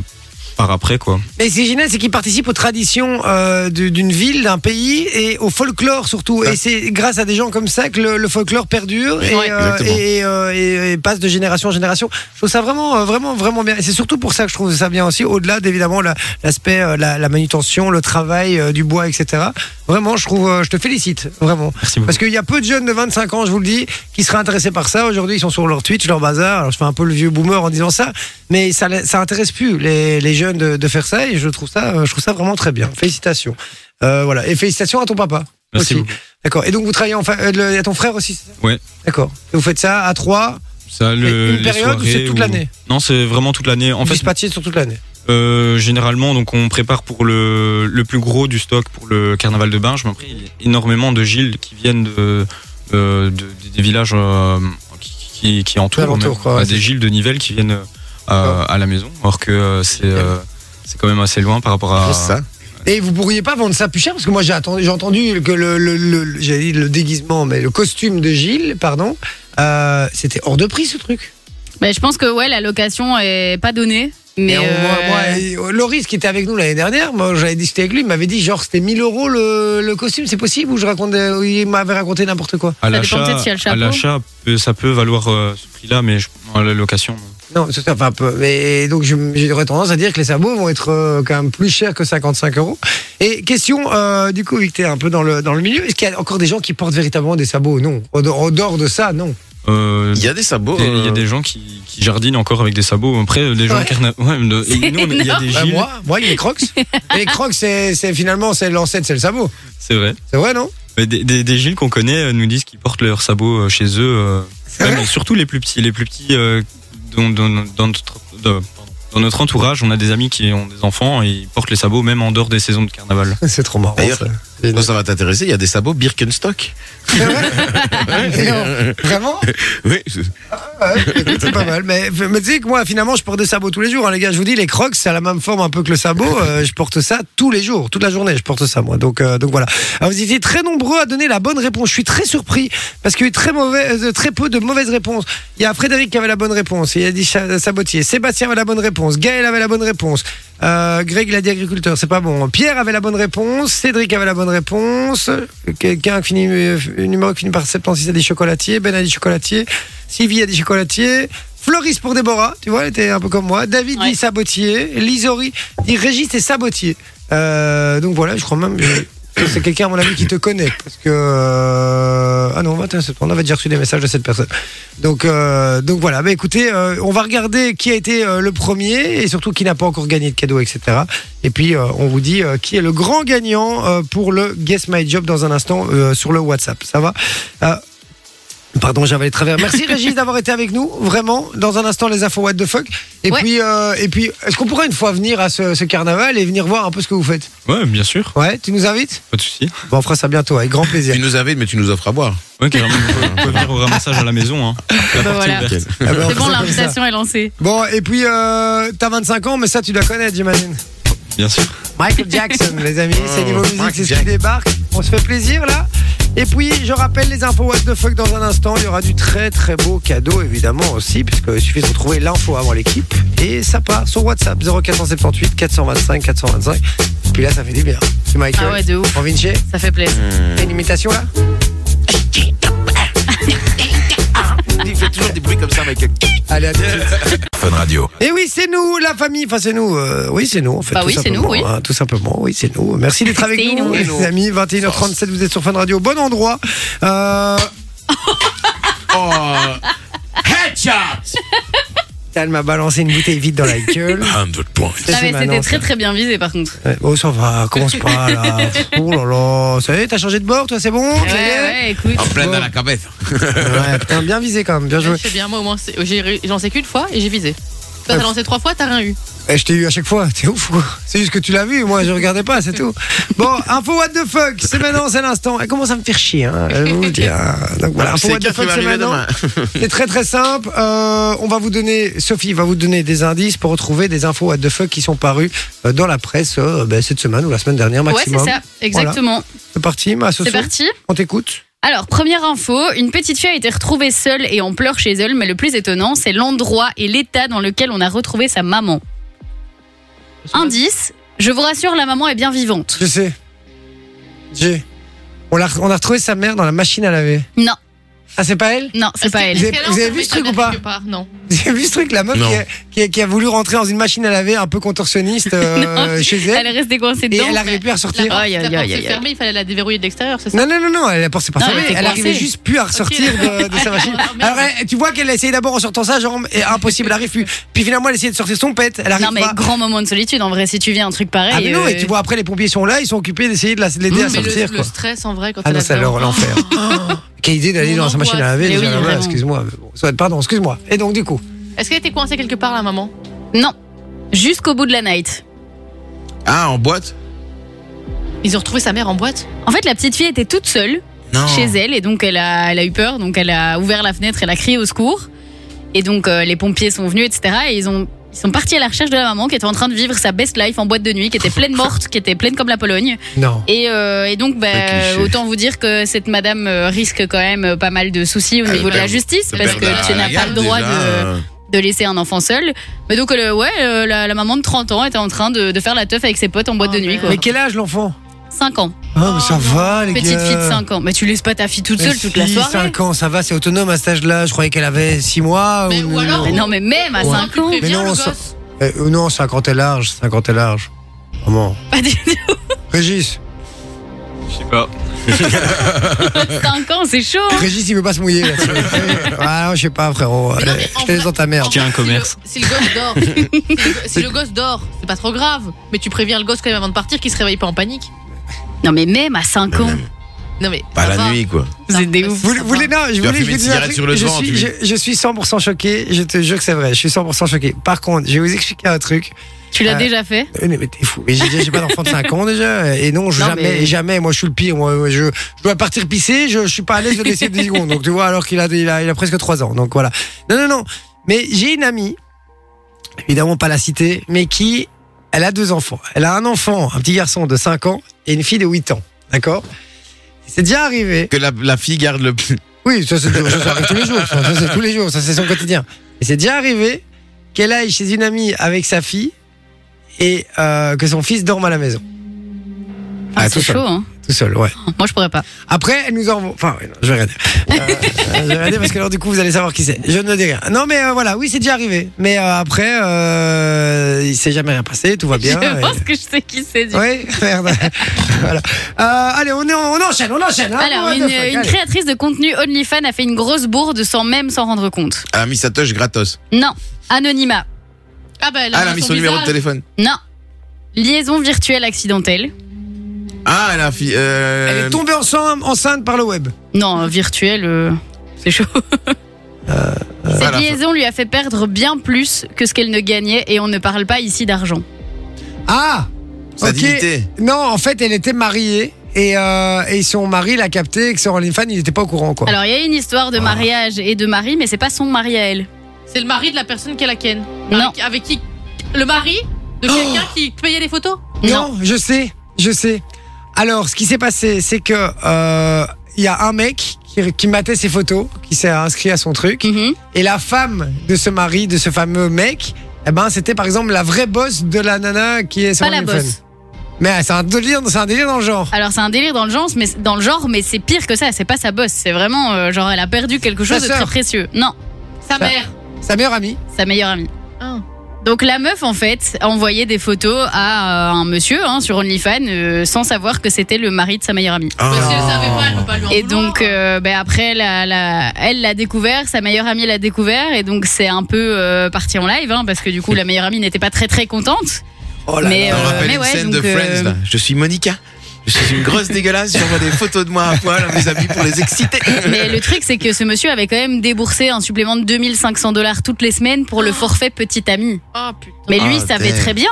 Speaker 5: par après, quoi.
Speaker 2: Mais ce qui est génial, c'est qu'il participe aux traditions euh, du- d'une ville, d'un pays et au folklore surtout. Et c'est grâce à des gens comme ça que le, le folklore perdure et,
Speaker 4: Ouais,
Speaker 2: euh,
Speaker 4: exactement.
Speaker 2: et, euh, et- et passe de génération en génération. Je trouve ça vraiment, euh, vraiment, vraiment bien. Et c'est surtout pour ça que je trouve ça bien aussi, au-delà d'évidemment la- l'aspect, euh, la, la manutention, le travail euh, du bois, etc. Vraiment, je trouve, euh, je te félicite, vraiment.
Speaker 5: Merci beaucoup.
Speaker 2: Parce qu'il y a peu de jeunes de 25 ans, je vous le dis, qui seraient intéressés par ça. Aujourd'hui, ils sont sur leur Twitch, leur bazar. Alors, je fais un peu le vieux boomer en disant ça, mais ça, ça intéresse plus les, les jeunes de, de faire ça. Et je trouve ça, euh, je trouve ça vraiment très bien. Félicitations. Euh, voilà. Et félicitations à ton papa.
Speaker 5: Merci
Speaker 2: aussi.
Speaker 5: beaucoup.
Speaker 2: D'accord. Et donc, vous travaillez en fa- euh, le- à ton frère aussi. c'est ça
Speaker 5: Ouais.
Speaker 2: D'accord. Et vous faites ça à trois.
Speaker 5: Ça, le-
Speaker 2: et une
Speaker 5: les
Speaker 2: période ou c'est
Speaker 5: soirées
Speaker 2: toute l'année
Speaker 5: Non, c'est vraiment toute l'année. En
Speaker 2: En
Speaker 5: fait,
Speaker 2: sur toute l'année.
Speaker 5: Euh, généralement, donc on prépare pour le, le plus gros du stock pour le carnaval de Binge. Mais après, il y a énormément de Gilles qui viennent de, euh, de- des villages euh, qui, qui, qui entourent,
Speaker 2: Alentour,
Speaker 5: même.
Speaker 2: quoi, ouais,
Speaker 5: des Gilles de Nivelles qui viennent euh, à- à la maison. Alors que euh, c'est euh, c'est quand même assez loin par rapport à.
Speaker 4: Ah, C'est ça.
Speaker 2: Et vous pourriez pas vendre ça plus cher parce que moi j'ai attendu, j'ai entendu que le, le, le- j'allais dire le déguisement, mais le costume de Gilles, pardon, euh, c'était hors de prix ce truc.
Speaker 3: Bah, Je pense que ouais, la location est pas donnée.
Speaker 2: Et
Speaker 3: Mais
Speaker 2: on-
Speaker 3: euh,
Speaker 2: moi- moi, et Loris qui était avec nous l'année dernière, moi j'avais discuté avec lui, il m'avait dit genre c'était 1000 euros le, le costume, c'est possible ou je racontais, ou il m'avait raconté n'importe quoi.
Speaker 5: À
Speaker 3: Ça dépend peut-être s'il y a le
Speaker 5: à
Speaker 3: chapeau.
Speaker 5: l'achat, euh, ça peut valoir euh, ce prix-là, mais je- à la location. non.
Speaker 2: Non, c'est enfin un peu. Mais donc je- j'aurais tendance à dire que les sabots vont être euh, quand même plus chers que 55 euros. Et question, euh, du coup, vu que t'es un peu dans le, dans le milieu, est-ce qu'il y a encore des gens qui portent véritablement des sabots Non. En dehors- en dehors de ça, non.
Speaker 5: Euh,
Speaker 4: Il y a des sabots.
Speaker 5: des- Il y a
Speaker 4: euh,
Speaker 5: des gens qui, qui jardinent encore avec des sabots. Après, les gens
Speaker 2: Ouais.
Speaker 5: carna- ouais, mais de-
Speaker 3: C'est
Speaker 5: nous, on- il y a des
Speaker 2: Bah,
Speaker 5: Gilles.
Speaker 2: moi, moi, il y a les crocs. Et les crocs, c'est c'est- finalement, c'est l'ancêtre, c'est le sabot.
Speaker 5: C'est vrai.
Speaker 2: C'est vrai, non
Speaker 5: Mais des, des, des Gilles qu'on connaît euh, nous disent qu'ils portent leurs sabots euh, chez eux, euh,
Speaker 2: C'est
Speaker 5: même, et surtout les plus petits. Les plus petits euh, dans, dans- dans notre, de- pardon, dans notre entourage, on a des amis qui ont des enfants et ils portent les sabots même en dehors des saisons de carnaval.
Speaker 2: C'est trop marrant.
Speaker 4: D'ailleurs,
Speaker 2: ça.
Speaker 4: toi, ça va t'intéresser. Il y a des sabots Birkenstock.
Speaker 2: C'est vrai Non, Vraiment
Speaker 4: Oui. c'est-
Speaker 2: Ouais, écoute, c'est pas mal. Mais, mais tu sais que moi, finalement, je porte des sabots tous les jours. hein, les gars, je vous dis, les crocs, c'est à la même forme un peu que le sabot. euh, je porte ça tous les jours, toute la journée. Je porte ça, moi. Donc, euh, donc voilà. Alors, vous étiez très nombreux à donner la bonne réponse. Je suis très surpris parce qu'il y a eu très, mauvais, euh, très peu de mauvaises réponses. Il y a Frédéric qui avait la bonne réponse. Il a dit cha- euh, sabotier. Sébastien avait la bonne réponse. Gaël avait la bonne réponse. Euh, Greg, il a dit agriculteur. C'est pas bon. Pierre avait la bonne réponse. Cédric avait la bonne réponse. Quelqu'un qui finit, euh, un numéro qui finit par 76 a dit chocolatier. Ben a dit chocolatier. Sylvie a dit chocolatier. Floris pour Déborah, tu vois, elle était un peu comme moi. David
Speaker 3: Ouais.
Speaker 2: dit sabotier. Lisori dit Régis et sabotier. Euh, donc voilà, je crois même. je- Ça, C'est quelqu'un, à mon avis, qui te connaît. Parce que. euh, Ah non, bah, tiens, c'est- on avait déjà reçu des messages de cette personne. Donc, euh, donc voilà. Bah, écoutez, euh, on va regarder qui a été euh, le premier et surtout qui n'a pas encore gagné de cadeau, etc. Et puis, euh, on vous dit euh, qui est le grand gagnant euh, pour le Guess My Job dans un instant euh, sur le WhatsApp. Ça va Euh, Pardon, j'avais les travers. Merci Régis d'avoir été avec nous, vraiment. Dans un instant, les infos what the fuck. Et
Speaker 3: Ouais.
Speaker 2: puis, euh, et puis, est-ce qu'on pourrait une fois venir à ce, ce carnaval et venir voir un peu ce que vous faites
Speaker 5: Ouais, bien sûr,
Speaker 2: Ouais, tu nous invites
Speaker 5: pas de souci.
Speaker 2: Bon, on fera ça bientôt, avec grand plaisir.
Speaker 4: Tu nous invites, mais tu nous offres à boire.
Speaker 5: Ouais, carrément, vous pouvez- vous pouvez venir au ramassage à la maison. Hein. La
Speaker 3: Bah
Speaker 5: partie est
Speaker 3: voilà.
Speaker 5: ouverte.
Speaker 2: Ah ben, on
Speaker 3: C'est
Speaker 2: fait ça
Speaker 3: bon,
Speaker 2: comme ça.
Speaker 3: l'invitation est lancée.
Speaker 2: Bon, et puis, euh, t'as 25 ans, mais ça, tu dois connaître, j'imagine.
Speaker 5: Bien sûr.
Speaker 2: Michael Jackson, les amis, c'est niveau musique,
Speaker 4: Michael
Speaker 2: c'est ce qui
Speaker 4: Jackson.
Speaker 2: débarque. On se fait plaisir, là. Et puis, je rappelle les infos What the fuck dans un instant. Il y aura du très, très beau cadeau, évidemment, aussi, puisqu'il suffit de retrouver l'info avant l'équipe. Et ça part sur WhatsApp 0478 425 425. Puis là, ça fait du bien. C'est Michael.
Speaker 3: Ah ouais, de ouf.
Speaker 2: Bon, Vinci,
Speaker 3: Ça fait plaisir.
Speaker 2: t'as une imitation, là
Speaker 4: Il fait toujours des bruits comme ça, Michael.
Speaker 2: Allez, à tout de suite.
Speaker 7: Fun Radio.
Speaker 2: Et oui, c'est nous, la famille. Enfin, c'est nous. euh, oui, c'est nous, en fait.
Speaker 3: Bah
Speaker 2: tout
Speaker 3: oui, c'est
Speaker 2: simplement,
Speaker 3: nous, oui.
Speaker 2: hein, tout simplement, oui, c'est nous. Merci d'être avec
Speaker 3: C'est
Speaker 2: nous,
Speaker 3: nous.
Speaker 2: les amis. 21h37, vous êtes sur Fun Radio. Bon endroit. Euh,
Speaker 4: Oh Headshot
Speaker 2: elle m'a balancé une bouteille vide dans la gueule.
Speaker 7: 100 points.
Speaker 3: Ah, mais
Speaker 2: maintenant,
Speaker 3: C'était très
Speaker 2: ça.
Speaker 3: très bien visé par contre.
Speaker 2: Ouais, Bon, Oh, ça va, commence pas, là. Oh là là. Ça y est, t'as changé de bord, toi, c'est bon
Speaker 3: Ouais,
Speaker 2: ça y est
Speaker 3: ouais, écoute.
Speaker 4: En plein dans la cabeza.
Speaker 2: Ouais, putain, bien visé, quand même. Bien joué.
Speaker 6: Je sais bien, moi au moins, c'est- j'ai ré- j'en sais qu'une fois et j'ai visé. Toi, t'as lancé trois fois, t'as rien eu.
Speaker 2: Eh, je t'ai eu à chaque fois, t'es ouf ou quoi C'est juste que tu l'as vu, moi je regardais pas, c'est tout. Bon, info what the fuck, c'est maintenant, c'est l'instant. Elle commence à me faire chier, hein, je vais vous le dire. Donc
Speaker 4: Ah,
Speaker 2: voilà, info what the fuck, c'est maintenant. C'est très très simple. Euh, on va vous donner, Sophie va vous donner des indices pour retrouver des infos what the fuck qui sont parues euh, dans la presse euh, ben, cette semaine ou la semaine dernière
Speaker 3: Ouais, c'est
Speaker 2: maximum.
Speaker 3: ça, exactement.
Speaker 2: c'est parti, ma
Speaker 3: C'est
Speaker 2: Sophie,
Speaker 3: parti.
Speaker 2: on t'écoute.
Speaker 3: Alors, première info, une petite fille a été retrouvée seule et en pleurs chez elle, mais le plus étonnant, c'est l'endroit et l'état dans lequel on a retrouvé sa maman. Indice, je vous rassure, la maman est bien vivante.
Speaker 2: Je sais. J'ai. On, l'a- on a retrouvé sa mère dans la machine à laver.
Speaker 3: Non,
Speaker 2: Ah, c'est pas elle
Speaker 3: non, c'est pas elle.
Speaker 2: Vous
Speaker 6: Est-ce
Speaker 2: avez-
Speaker 6: qu'elle a
Speaker 2: vous avez
Speaker 6: enfermé
Speaker 2: vu ce
Speaker 6: sa
Speaker 2: truc ou
Speaker 6: mère
Speaker 2: pas
Speaker 6: quelque part Non.
Speaker 2: J'ai vu ce truc, la meuf
Speaker 4: Non.
Speaker 2: qui a, qui a- qui a voulu rentrer dans une machine à laver un peu contorsionniste euh,
Speaker 3: Non,
Speaker 2: chez
Speaker 3: Elle
Speaker 2: elle.
Speaker 3: est restée coincée
Speaker 2: Et
Speaker 3: dedans.
Speaker 2: elle arrivait plus à ressortir.
Speaker 3: La- Aïe,
Speaker 6: La
Speaker 3: aïe,
Speaker 6: porte
Speaker 3: aïe,
Speaker 6: s'est
Speaker 3: aïe, aïe.
Speaker 6: fermée, il fallait la déverrouiller de l'extérieur, c'est ça
Speaker 2: Non, non, non, non, elle a porté par
Speaker 3: Non,
Speaker 2: ça.
Speaker 3: elle était
Speaker 2: Elle arrivait
Speaker 3: coincée.
Speaker 2: juste plus à ressortir de, de sa machine.
Speaker 6: Ah, merde.
Speaker 2: Alors, elle- tu vois qu'elle a essayé d'abord en sortant ça, genre, et impossible, elle arrive plus. Puis finalement, elle a essayé de sortir son pet, elle arrive
Speaker 3: Non, mais
Speaker 2: pas.
Speaker 3: grand moment de solitude, en vrai, si tu viens un truc pareil.
Speaker 2: Ah, mais non,
Speaker 3: euh,
Speaker 2: et tu vois, après, les pompiers sont là, ils sont occupés d'essayer de la- de l'aider à
Speaker 6: Mais
Speaker 2: sortir,
Speaker 6: le, le
Speaker 2: quoi.
Speaker 6: stress en vrai quand
Speaker 2: Ah
Speaker 6: elle
Speaker 2: non,
Speaker 6: a
Speaker 2: c'est alors
Speaker 6: dedans.
Speaker 2: l'enfer. Quelle idée d'aller
Speaker 6: Mon
Speaker 2: dans sa machine à laver, déjà,
Speaker 3: angoisse. Mais oui,
Speaker 2: là, voilà,
Speaker 3: vraiment.
Speaker 2: excuse-moi. Bon, soit- Pardon, excuse-moi. Et donc, du coup,
Speaker 6: Est-ce qu'elle était coincée quelque part, la maman
Speaker 3: Non, jusqu'au bout de la night.
Speaker 4: Ah, en boîte
Speaker 6: Ils ont retrouvé sa mère en boîte
Speaker 3: En fait, la petite fille était toute seule
Speaker 4: Non.
Speaker 3: chez elle et donc elle a, elle a eu peur, donc elle a ouvert la fenêtre, elle a crié au secours. Et donc euh, les pompiers sont venus, etc. Et ils ont ils sont partis à la recherche de la maman qui était en train de vivre sa best life en boîte de nuit, qui était pleine morte, qui était pleine comme la Pologne.
Speaker 2: non.
Speaker 3: Et, euh, et donc, bah,
Speaker 4: Le cliché.
Speaker 3: autant vous dire que cette madame euh, risque quand même euh, pas mal de soucis au
Speaker 4: Elle
Speaker 3: niveau de la
Speaker 4: perd-
Speaker 3: justice parce
Speaker 4: Perdre la-
Speaker 3: que tu
Speaker 4: la
Speaker 3: n'as pas
Speaker 4: garde,
Speaker 3: le droit
Speaker 4: déjà,
Speaker 3: de,
Speaker 4: euh,
Speaker 3: de laisser un enfant seul. Mais donc, euh, ouais, euh, la, la maman de 30 ans était en train de, de faire la teuf avec ses potes en boîte
Speaker 4: Ah,
Speaker 6: Oh,
Speaker 3: de nuit,
Speaker 6: merde.
Speaker 3: quoi.
Speaker 2: Mais quel âge l'enfant
Speaker 3: 5 ans.
Speaker 2: Ah, mais ça va, les
Speaker 3: Oh, Petite
Speaker 2: gars.
Speaker 3: fille de 5 ans. Mais tu laisses pas ta fille toute
Speaker 2: Mais
Speaker 3: seule toute la
Speaker 2: si,
Speaker 3: soirée.
Speaker 2: 5 ans, ça va, c'est autonome à cet âge-là. Je croyais qu'elle avait 6 mois.
Speaker 6: Mais ou alors-
Speaker 3: Mais non, mais même à
Speaker 2: Ouais.
Speaker 3: 5 ans.
Speaker 6: Tu préviens
Speaker 2: non,
Speaker 6: le
Speaker 2: ça-
Speaker 6: gosse
Speaker 2: Eh, euh, non, 50 est large, 50 est large. Comment
Speaker 3: Pas du tout.
Speaker 2: Régis,
Speaker 5: Je sais pas.
Speaker 3: 5 ans, c'est chaud. hein.
Speaker 2: Régis, il veut pas se mouiller. là-dessus. ah, non, je sais pas, frérot.
Speaker 6: Mais non,
Speaker 2: Allez,
Speaker 6: mais
Speaker 2: je
Speaker 6: en
Speaker 2: te laisse
Speaker 6: vrai-
Speaker 2: dans ta
Speaker 6: en
Speaker 2: merde.
Speaker 5: Tiens, un
Speaker 6: vrai, si
Speaker 5: commerce.
Speaker 6: le- Si le gosse dort, si le- si le gosse dort, c'est pas trop grave. Mais tu préviens le gosse quand même avant de partir qu'il se réveille pas en panique.
Speaker 3: Non, mais même à 5 ans.
Speaker 6: Non mais.
Speaker 4: Pas
Speaker 6: ça
Speaker 4: la
Speaker 6: va.
Speaker 4: nuit, quoi.
Speaker 3: C'est des ouf.
Speaker 2: Vous, vous voulez, non, je
Speaker 4: Tu as
Speaker 2: voulais, je
Speaker 4: fumé
Speaker 2: voulais dire un
Speaker 4: une cigarette
Speaker 2: truc.
Speaker 4: sur le
Speaker 2: je,
Speaker 4: ventre,
Speaker 2: suis,
Speaker 4: lui.
Speaker 2: je, je suis 100% choqué, je te jure que c'est vrai, je suis 100% choqué. Par contre, je vais vous expliquer un truc.
Speaker 3: Tu l'as
Speaker 2: Euh,
Speaker 3: déjà fait
Speaker 2: Eh, Mais t'es fou. Mais j'ai j'ai pas d'enfant de 5 ans déjà. Et non, je-
Speaker 3: Non,
Speaker 2: jamais,
Speaker 3: mais-
Speaker 2: jamais. Moi, je suis le pire. Moi, je, je dois partir pisser. Je, je suis pas à l'aise de laisser 10 secondes. Donc, tu vois, alors qu'il a, il a, il a presque 3 ans. Donc, voilà. Non, non, non. Mais j'ai une amie, évidemment pas la cité, mais qui, elle a deux enfants. Elle a un enfant, un petit garçon de 5 ans et une fille de 8 ans. D'accord C'est déjà arrivé
Speaker 4: Que la, la fille garde le.
Speaker 2: oui, ça c'est ça, ça arrive tous les jours. Ça, ça, c'est tous les jours. Ça c'est son quotidien. Et c'est déjà arrivé qu'elle aille chez une amie avec sa fille et euh, que son fils dorme à la maison.
Speaker 3: Ah,
Speaker 2: Ah,
Speaker 3: C'est
Speaker 2: tout seul.
Speaker 3: chaud, hein.
Speaker 2: Tout seul, ouais.
Speaker 3: Moi, je pourrais pas.
Speaker 2: Après, elle nous envoie. Enfin, ouais, non, je vais rien dire. Euh, euh, je vais rien dire parce que alors, du coup, vous allez savoir qui c'est. Je ne dis rien. Non, mais euh, voilà, oui, c'est déjà arrivé. Mais euh, après, euh, il s'est jamais rien passé, tout va bien.
Speaker 3: je
Speaker 2: et-
Speaker 3: pense que je sais qui c'est. du-
Speaker 2: Oui, merde. voilà. Euh, allez, on, est en- on enchaîne, on enchaîne. hein.
Speaker 3: Alors,
Speaker 2: What the
Speaker 3: une,
Speaker 2: fuck,
Speaker 3: une
Speaker 2: allez.
Speaker 3: créatrice de contenu OnlyFans a fait une grosse bourde sans même s'en rendre compte.
Speaker 4: Elle a mis sa touche Ah, gratos.
Speaker 3: Non. Anonymat.
Speaker 6: Ah bah elle
Speaker 4: Ah,
Speaker 6: a,
Speaker 4: elle a mis son numéro de
Speaker 6: visage.
Speaker 4: téléphone.
Speaker 3: Non. Liaison virtuelle accidentelle.
Speaker 4: Ah, elle a. fi- euh,
Speaker 2: Elle est tombée enceinte, enceinte par le web.
Speaker 3: Non, virtuelle, euh, c'est chaud. Cette
Speaker 4: voilà.
Speaker 3: liaison lui a fait perdre bien plus que ce qu'elle ne gagnait et on ne parle pas ici d'argent.
Speaker 2: Ah
Speaker 4: Sa
Speaker 2: ok.
Speaker 4: dignité.
Speaker 2: Non, en fait, elle était mariée. Et, euh, et son mari l'a capté et que sur OnlyFans, il n'était pas au courant, quoi.
Speaker 3: Alors il y a une histoire de mariage et de mari, mais c'est pas son mari à elle.
Speaker 6: C'est le mari de la personne qu'elle a ken.
Speaker 3: Non.
Speaker 6: Avec, avec qui Le mari de quelqu'un qui payait les photos
Speaker 2: non, je sais, je sais. Alors, ce qui s'est passé, c'est que euh, il y a un mec qui, qui matait ses photos, qui s'est inscrit à son truc,
Speaker 3: Mhm.
Speaker 2: et la femme de ce mari, de ce fameux mec, eh ben, c'était par exemple la vraie bosse de la nana qui est sur
Speaker 3: Pas la
Speaker 2: OnlyFans.
Speaker 3: bosse.
Speaker 2: Mais euh, c'est un délire, c'est un délire dans le
Speaker 6: Ah.
Speaker 2: genre.
Speaker 3: Alors c'est un délire dans le genre, mais dans le genre, mais c'est pire que ça. C'est pas sa bosse. C'est vraiment euh, genre elle a perdu quelque
Speaker 2: Sa
Speaker 3: chose de très
Speaker 2: sœur.
Speaker 3: précieux. Non,
Speaker 6: Sa mère.
Speaker 2: Sa meilleure amie.
Speaker 3: sa meilleure amie.
Speaker 6: Ah.
Speaker 3: Donc la meuf en fait a envoyé des photos à euh, un monsieur hein, sur OnlyFans euh, sans savoir que c'était le mari de sa meilleure amie.
Speaker 6: Parce que si elle
Speaker 4: Ah.
Speaker 6: savait pas, elle peut pas lui en
Speaker 3: Et
Speaker 2: Oh.
Speaker 6: vouloir.
Speaker 3: donc, euh, ben après, la, la- elle l'a découvert, sa meilleure amie l'a découvert, et donc c'est un peu euh, parti en live, hein, parce que du coup, la meilleure amie n'était pas très très contente.
Speaker 2: Oh là là.
Speaker 3: Mais,
Speaker 4: Ça me
Speaker 3: euh,
Speaker 4: rappelle une
Speaker 3: ouais,
Speaker 4: scène
Speaker 3: donc,
Speaker 4: de Friends.
Speaker 3: euh,
Speaker 4: Là. Je suis Monica. Je suis une grosse dégueulasse. J'envoie des photos de moi à poil à mes amis pour les exciter.
Speaker 3: Mais le truc, c'est que ce monsieur avait quand même déboursé un supplément de 2500 dollars toutes les semaines
Speaker 2: Oh.
Speaker 3: pour le forfait petite amie.
Speaker 6: Ah putain.
Speaker 3: Mais lui,
Speaker 4: Ah,
Speaker 3: savait
Speaker 4: damn.
Speaker 3: très bien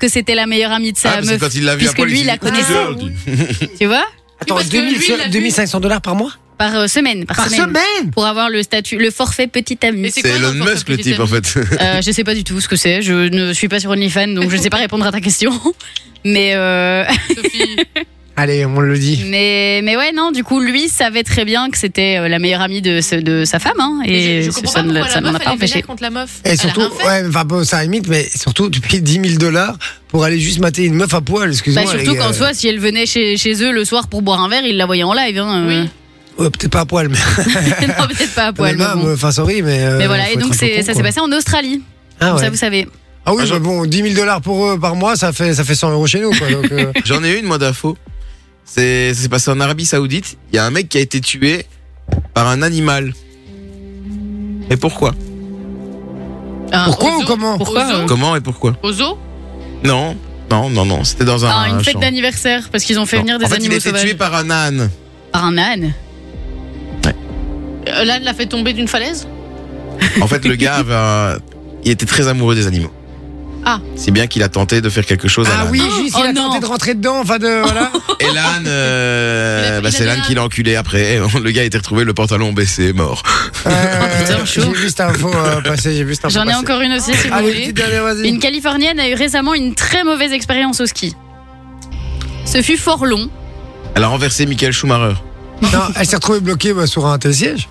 Speaker 3: que c'était la meilleure amie de
Speaker 4: Ah,
Speaker 3: sa
Speaker 4: parce que
Speaker 3: meuf,
Speaker 4: quand il l'a vu à
Speaker 3: puisque
Speaker 4: poil, il
Speaker 3: lui,
Speaker 4: s'est
Speaker 3: il la
Speaker 4: dit, Putain,
Speaker 3: connaissait, tu vois,
Speaker 2: Attends,
Speaker 6: parce que
Speaker 2: 2000,
Speaker 6: lui, il l'a vu.
Speaker 2: 2500 dollars par mois
Speaker 3: par euh, semaine, par,
Speaker 2: Par
Speaker 3: semaine.
Speaker 2: semaine
Speaker 3: Pour avoir le statut, le forfait petite amie.
Speaker 6: Et c'est
Speaker 4: C'est
Speaker 6: quoi,
Speaker 4: Elon
Speaker 6: dans son
Speaker 4: Musk le
Speaker 6: petit
Speaker 4: type en fait.
Speaker 3: Euh, je sais pas du tout ce que c'est. Je ne suis pas sur OnlyFans, donc je ne sais pas répondre à ta question. Mais euh,
Speaker 6: Sophie.
Speaker 2: Allez, on le dit.
Speaker 3: Mais, mais ouais, non, du coup, lui savait très bien que c'était euh, la meilleure amie de, ce- de sa femme, hein,
Speaker 6: Et
Speaker 3: et
Speaker 6: je, je
Speaker 3: ça-
Speaker 6: comprends
Speaker 3: ça
Speaker 6: pas
Speaker 3: ne
Speaker 6: pourquoi
Speaker 3: ça
Speaker 6: la
Speaker 3: n'en
Speaker 6: meuf
Speaker 3: a
Speaker 6: elle
Speaker 3: pas
Speaker 6: est vénère
Speaker 3: empêché.
Speaker 6: contre la meuf.
Speaker 2: Et
Speaker 6: Elle a
Speaker 2: surtout,
Speaker 6: un fait.
Speaker 2: ouais, enfin, bon, ça limite, mais surtout, tu payes 10 000 dollars pour aller juste mater une meuf à poil,
Speaker 3: Bah,
Speaker 2: excuse-moi. euh,
Speaker 3: surtout
Speaker 2: les gars.
Speaker 3: qu'en soi, si elle venait chez, chez eux le soir pour boire un verre, il la voyait en live. Hein, euh.
Speaker 6: Oui.
Speaker 2: Ouais, peut-être pas à poil, mais.
Speaker 3: non, peut-être pas à poil. Mais,
Speaker 2: même,
Speaker 3: bon.
Speaker 2: Enfin, sorry, mais. euh,
Speaker 3: Mais voilà,
Speaker 2: faut
Speaker 3: et
Speaker 2: être un
Speaker 3: donc
Speaker 2: peu
Speaker 3: c'est-
Speaker 2: con,
Speaker 3: ça
Speaker 2: quoi.
Speaker 3: s'est passé en Australie.
Speaker 2: Ah,
Speaker 3: Comme Ça,
Speaker 2: ouais.
Speaker 3: vous savez.
Speaker 2: ah oui,
Speaker 4: Ah, je-
Speaker 2: bah bon, 10 000 dollars pour eux par mois, ça fait, ça fait 100 euros chez nous, quoi. Donc, euh,
Speaker 4: J'en ai une, moi, d'info. C'est, ça s'est passé en Arabie Saoudite. Il y a un mec qui a été tué par un animal. Et pourquoi
Speaker 6: Un
Speaker 2: Pourquoi
Speaker 6: ozo.
Speaker 2: ou comment
Speaker 3: Pourquoi,
Speaker 6: Ozo.
Speaker 3: euh,
Speaker 4: Comment et pourquoi
Speaker 6: Au zoo
Speaker 4: Non, non, non, non. C'était dans un.
Speaker 3: Ah, une fête
Speaker 4: champ.
Speaker 3: d'anniversaire, parce qu'ils ont fait
Speaker 4: Non.
Speaker 3: venir des
Speaker 4: en fait, il a
Speaker 3: animaux
Speaker 4: été tué
Speaker 3: sauvages.
Speaker 4: par un âne.
Speaker 3: Par un âne.
Speaker 6: Euh, L'âne l'a fait tomber d'une falaise
Speaker 4: En fait, le gars, avait un- il était très amoureux des animaux.
Speaker 6: Ah.
Speaker 4: Si bien qu'il a tenté de faire quelque chose à
Speaker 2: Ah
Speaker 4: l'âne.
Speaker 2: oui, juste,
Speaker 3: Oh,
Speaker 2: il a
Speaker 3: non. Oh,
Speaker 2: tenté de rentrer dedans, enfin, de. Voilà.
Speaker 4: Et l'âne, euh,
Speaker 6: Il a- il
Speaker 4: bah,
Speaker 6: a
Speaker 4: c'est
Speaker 6: des
Speaker 4: l'âne
Speaker 6: ânes.
Speaker 4: qui l'a enculé après. Le gars a été retrouvé le pantalon baissé, mort.
Speaker 2: Euh,
Speaker 3: putain, chaud.
Speaker 2: J'ai vu cette info euh, passer, j'ai vu cette info.
Speaker 3: J'en ai
Speaker 2: passer.
Speaker 3: encore une aussi,
Speaker 4: Ah,
Speaker 3: si vous
Speaker 2: Allez,
Speaker 3: voulez.
Speaker 2: petite dernière, vas-y.
Speaker 3: Une Californienne a eu récemment une très mauvaise expérience au ski. Ce fut fort long.
Speaker 4: Elle a renversé Michael Schumacher.
Speaker 2: Non, elle s'est retrouvée bloquée bah, sur un télésiège.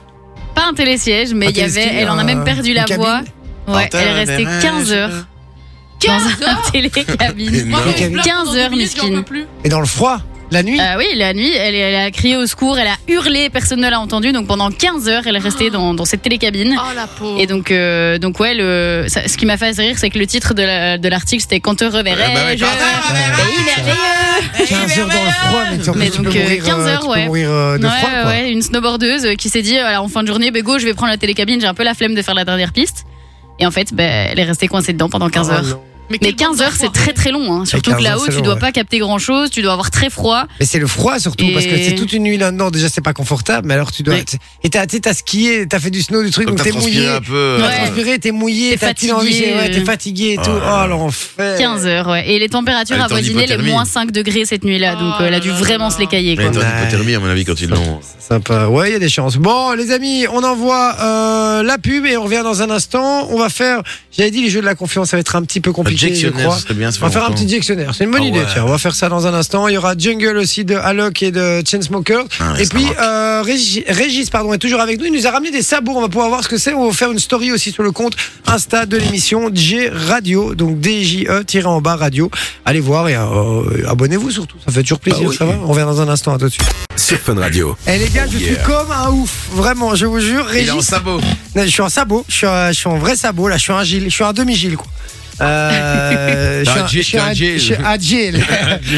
Speaker 3: Pas un télésiège, mais
Speaker 2: Un
Speaker 3: il y avait,
Speaker 2: télésiège,
Speaker 3: elle en a
Speaker 2: un-
Speaker 3: même perdu
Speaker 2: une
Speaker 3: la
Speaker 2: cabine.
Speaker 3: voix. Ouais,
Speaker 4: Attends,
Speaker 3: elle est restée
Speaker 4: mais-
Speaker 3: 15 heures dans
Speaker 6: 15
Speaker 3: un télécabine.
Speaker 4: Énorme.
Speaker 6: je pleure
Speaker 3: 15
Speaker 6: pendant
Speaker 3: heures,
Speaker 6: dix minutes, j'en
Speaker 3: mesquine.
Speaker 6: peux plus.
Speaker 2: Et dans le froid, la nuit.
Speaker 3: Euh, oui, la nuit, elle, elle a crié au secours, elle a hurlé, personne ne l'a entendue. Donc pendant 15 heures, elle est restée
Speaker 4: Ah.
Speaker 3: dans, dans cette télécabine.
Speaker 6: Oh la peau.
Speaker 3: Et donc, euh, donc ouais, le, ça- ce qui m'a fait rire, c'est que le titre de la- de l'article, c'était Quand te reverrai
Speaker 2: Ah
Speaker 4: Ouais, bah ouais,
Speaker 3: je-
Speaker 4: quand te reverrai-je.
Speaker 3: Pays merveilleux.
Speaker 2: 15 heures dans le froid, mais tu, en
Speaker 3: Euh, Mais
Speaker 2: plus, tu
Speaker 3: donc,
Speaker 2: peux
Speaker 3: euh,
Speaker 2: mourir,
Speaker 3: 15 heures,
Speaker 2: tu peux
Speaker 3: ouais.
Speaker 2: mourir, euh, de
Speaker 3: ouais,
Speaker 2: froid, quoi.
Speaker 3: ouais, une snowboardeuse euh, qui s'est dit alors, en fin de journée, Bego, je vais prendre la télécabine, j'ai un peu la flemme de faire la dernière piste. Et en fait, bah, elle est restée coincée dedans pendant 15
Speaker 2: Ah,
Speaker 3: heures.
Speaker 2: non.
Speaker 3: Mais
Speaker 6: quel
Speaker 3: 15
Speaker 6: bande
Speaker 3: heures, c'est très
Speaker 6: d'enfoirés.
Speaker 3: très long. hein. Surtout que
Speaker 2: 15 heures,
Speaker 3: là-haut,
Speaker 2: c'est
Speaker 3: tu
Speaker 2: long,
Speaker 3: dois
Speaker 2: ouais.
Speaker 3: pas capter grand-chose, tu dois avoir très froid.
Speaker 2: Mais c'est le froid surtout, parce que
Speaker 3: Et-
Speaker 2: c'est toute une nuit là-dedans. Déjà, c'est pas confortable, mais alors tu dois.
Speaker 3: Oui.
Speaker 2: Et t'as tu sais, t'as skié, t'as fait du snow, du truc, donc
Speaker 4: Donc t'as
Speaker 2: t'es
Speaker 4: transpiré
Speaker 2: mouillé.
Speaker 4: un peu. euh,
Speaker 2: T'as
Speaker 3: Ouais.
Speaker 2: transpiré, t'es mouillé,
Speaker 3: T'es
Speaker 2: t'as
Speaker 3: fatigué.
Speaker 2: fatigué, ouais, t'es fatigué et tout.
Speaker 4: Ouais.
Speaker 2: Oh l'enfer.
Speaker 3: 15 heures, ouais. Et les températures
Speaker 4: Elle
Speaker 2: Ah,
Speaker 4: est en
Speaker 3: avoisinaient les
Speaker 4: hypothermie.
Speaker 3: moins 5 degrés cette nuit-là. donc
Speaker 6: Oh
Speaker 3: euh, elle a
Speaker 6: là
Speaker 3: dû
Speaker 6: là
Speaker 3: vraiment
Speaker 6: là.
Speaker 3: se l'écailler,
Speaker 4: Mais
Speaker 3: quoi.
Speaker 4: attends,
Speaker 2: Ouais.
Speaker 4: hypothermie, à mon avis, quand ils l'ont.
Speaker 2: Sympa. Ouais, il y a des chances. Bon, les amis, on envoie euh, la pub et on revient dans un instant. On va faire, j'avais dit, les jeux de la confiance, ça va être un petit peu compliqué. cité, je
Speaker 4: Dictionnaire,
Speaker 2: crois.
Speaker 4: ce serait bien. ça
Speaker 2: On va
Speaker 4: fait
Speaker 2: faire un
Speaker 4: longtemps.
Speaker 2: petit dictionnaire, c'est une bonne
Speaker 4: Ah
Speaker 2: idée.
Speaker 4: ouais.
Speaker 2: Tiens, on va faire ça dans un instant. Il y aura Jungle aussi de Alok et de Chainsmokers.
Speaker 4: Ah,
Speaker 2: et
Speaker 4: ça
Speaker 2: puis
Speaker 4: rock.
Speaker 2: euh, Régi- Régis, pardon, est toujours avec nous. Il nous a ramené des sabots. On va pouvoir voir ce que c'est. On va faire une story aussi sur le compte Insta de l'émission J Radio, donc DJE tiré en bas radio. Allez voir et euh, abonnez-vous surtout. Ça fait toujours
Speaker 4: Bah
Speaker 2: plaisir. Ça va. On revient dans un instant. À tout de suite.
Speaker 7: sur Fun Radio.
Speaker 2: Eh les gars, je
Speaker 7: Yeah.
Speaker 2: suis comme un ouf, vraiment. Je vous jure,
Speaker 4: Il est en
Speaker 2: Régis.
Speaker 4: sabot.
Speaker 2: Non, je suis en sabot, je suis, un- je suis en vrai sabot, là, je suis un gilet, je suis un demi-gilet, quoi. Euh, je suis
Speaker 4: Un gi-
Speaker 2: je suis
Speaker 4: un gilet.
Speaker 2: je suis un gilet.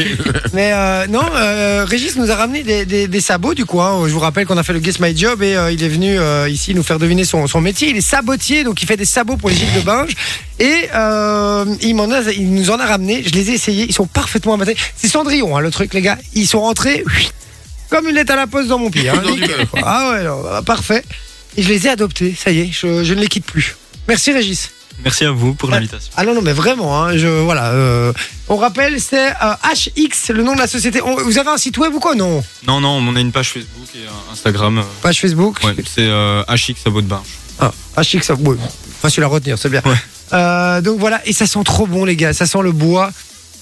Speaker 2: Mais euh, non, euh, Régis nous a ramené des, des- des sabots du coin. Je vous rappelle qu'on a fait le Guess My Job et euh, il est venu euh, ici nous faire deviner son, son métier. Il est sabotier, donc il fait des sabots pour les gîtes de Binge. Et euh, il, m'en a, il nous en a ramené. Je les ai essayés, ils sont parfaitement abattus. C'est Cendrillon, hein, le truc, les gars. Ils sont rentrés oui, comme une lettre à la poste dans mon pied. hein.
Speaker 4: Dans du beurre.
Speaker 2: Ah ouais, non, bah, parfait. Et je les ai adoptés, ça y est, je, je ne les quitte plus. Merci Régis.
Speaker 5: Merci à vous pour l'invitation.
Speaker 2: Ah non, non, mais vraiment, hein, je, voilà. euh, on rappelle, c'est euh, HX, le nom de la société. On- vous avez un site web ou quoi Non.
Speaker 5: Non, non, on a une page Facebook et un Instagram. euh,
Speaker 2: Page Facebook
Speaker 5: ouais, c'est euh, HX à votre barge.
Speaker 2: Ah, HX, ça- ouais, facile à retenir, c'est bien.
Speaker 5: Ouais.
Speaker 2: Euh, donc voilà, et ça sent trop bon, les gars, ça sent le bois.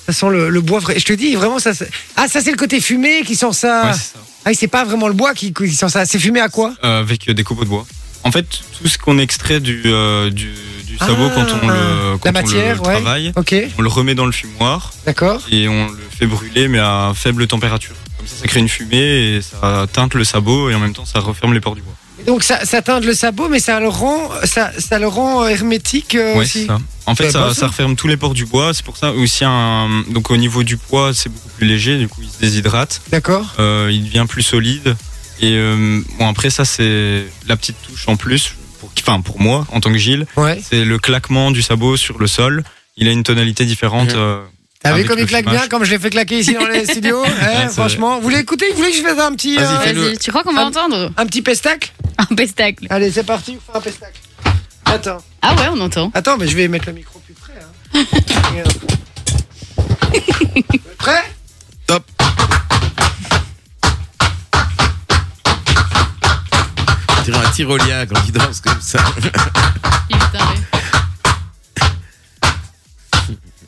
Speaker 2: Ça sent le, le bois vrai. Je te dis vraiment ça. c'est- Ah, ça c'est le côté fumé qui sent ça.
Speaker 5: Ouais, c'est ça.
Speaker 2: ah, et c'est pas vraiment le bois qui, qui sent ça. C'est fumé à quoi
Speaker 5: Euh, avec euh, des copeaux de bois. En fait, tout ce qu'on extrait du, euh, du, du sabot
Speaker 2: Ah,
Speaker 5: quand on le, quand
Speaker 2: la
Speaker 5: on le
Speaker 2: matière, ouais.
Speaker 5: travaille,
Speaker 2: Ok,
Speaker 5: on le remet dans le fumoir
Speaker 2: d'accord.
Speaker 5: et on le fait brûler mais à faible température. Comme ça, ça crée une fumée et ça teinte le sabot et en même temps, ça referme les pores du bois.
Speaker 2: Donc ça, ça teinte le sabot, mais ça le rend, ça, ça le rend hermétique euh,
Speaker 5: Ouais,
Speaker 2: aussi.
Speaker 5: c'est ça. En fait,
Speaker 2: Bah,
Speaker 5: ça,
Speaker 2: pas ça.
Speaker 5: ça referme tous les pores du bois. C'est pour ça aussi un. Donc au niveau du poids, c'est beaucoup plus léger. Du coup, il se déshydrate.
Speaker 2: D'accord.
Speaker 5: euh, il devient plus solide. Et euh, bon, après ça, c'est la petite touche en plus. Pour, enfin, pour moi, en tant que Gilles,
Speaker 2: Ouais.
Speaker 5: c'est le claquement du sabot sur le sol. Il a une tonalité différente.
Speaker 4: Mhm.
Speaker 5: euh,
Speaker 2: T'as vu
Speaker 5: avec
Speaker 2: comme
Speaker 5: le
Speaker 2: il claque
Speaker 5: fumage.
Speaker 2: bien, comme je l'ai fait claquer ici dans les studios. Eh,
Speaker 5: c'est
Speaker 2: franchement, vous voulez écouter Vous voulez que je fasse un petit,
Speaker 4: Vas-y,
Speaker 2: euh,
Speaker 4: fais-le.
Speaker 3: Vas-y, tu crois qu'on va
Speaker 2: Ah.
Speaker 3: entendre
Speaker 2: un petit pestacle
Speaker 3: un pestacle
Speaker 2: Allez, c'est parti. On fait un pestacle. Attends,
Speaker 3: Ah ouais, on entend.
Speaker 2: attends, mais je vais mettre le micro plus près. hein. Regarde. Prêt
Speaker 4: Top. On dirait un tyrolien quand il danse comme ça.
Speaker 6: Il est taré.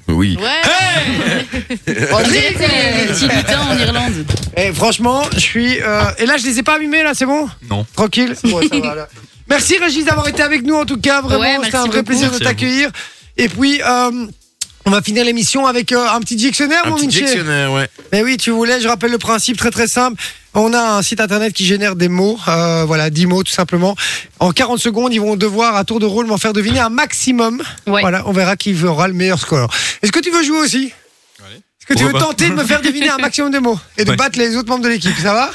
Speaker 4: Oui.
Speaker 6: Ouais.
Speaker 2: On y
Speaker 3: Les petits lutins en Irlande.
Speaker 2: Et Eh, franchement, je suis. euh, Et là, je les ai pas allumés, là, c'est bon
Speaker 5: Non.
Speaker 2: Tranquille Ouais, ça va, là. Merci Régis d'avoir été avec nous, en tout cas, vraiment,
Speaker 3: Ouais,
Speaker 2: c'était
Speaker 3: merci
Speaker 2: un vrai
Speaker 3: beaucoup.
Speaker 2: plaisir de
Speaker 5: Merci à vous.
Speaker 2: t'accueillir. Et puis. euh, on va finir l'émission avec euh, un petit dictionnaire,
Speaker 4: Un
Speaker 2: mon
Speaker 4: petit
Speaker 2: Vinci.
Speaker 4: dictionnaire, ouais.
Speaker 2: Mais oui, tu voulais, je rappelle le principe très très simple. On a un site internet qui génère des mots, euh, voilà, 10 mots tout simplement. En 40 secondes, ils vont devoir à tour de rôle m'en faire deviner un maximum.
Speaker 3: Ouais.
Speaker 2: Voilà, on verra qui aura le meilleur score. Est-ce que tu veux jouer aussi
Speaker 5: Allez.
Speaker 2: Est-ce que tu veux
Speaker 5: Pourquoi pas
Speaker 2: tenter de me faire deviner un maximum de mots et de
Speaker 5: Ouais.
Speaker 2: battre les autres membres de l'équipe, ça va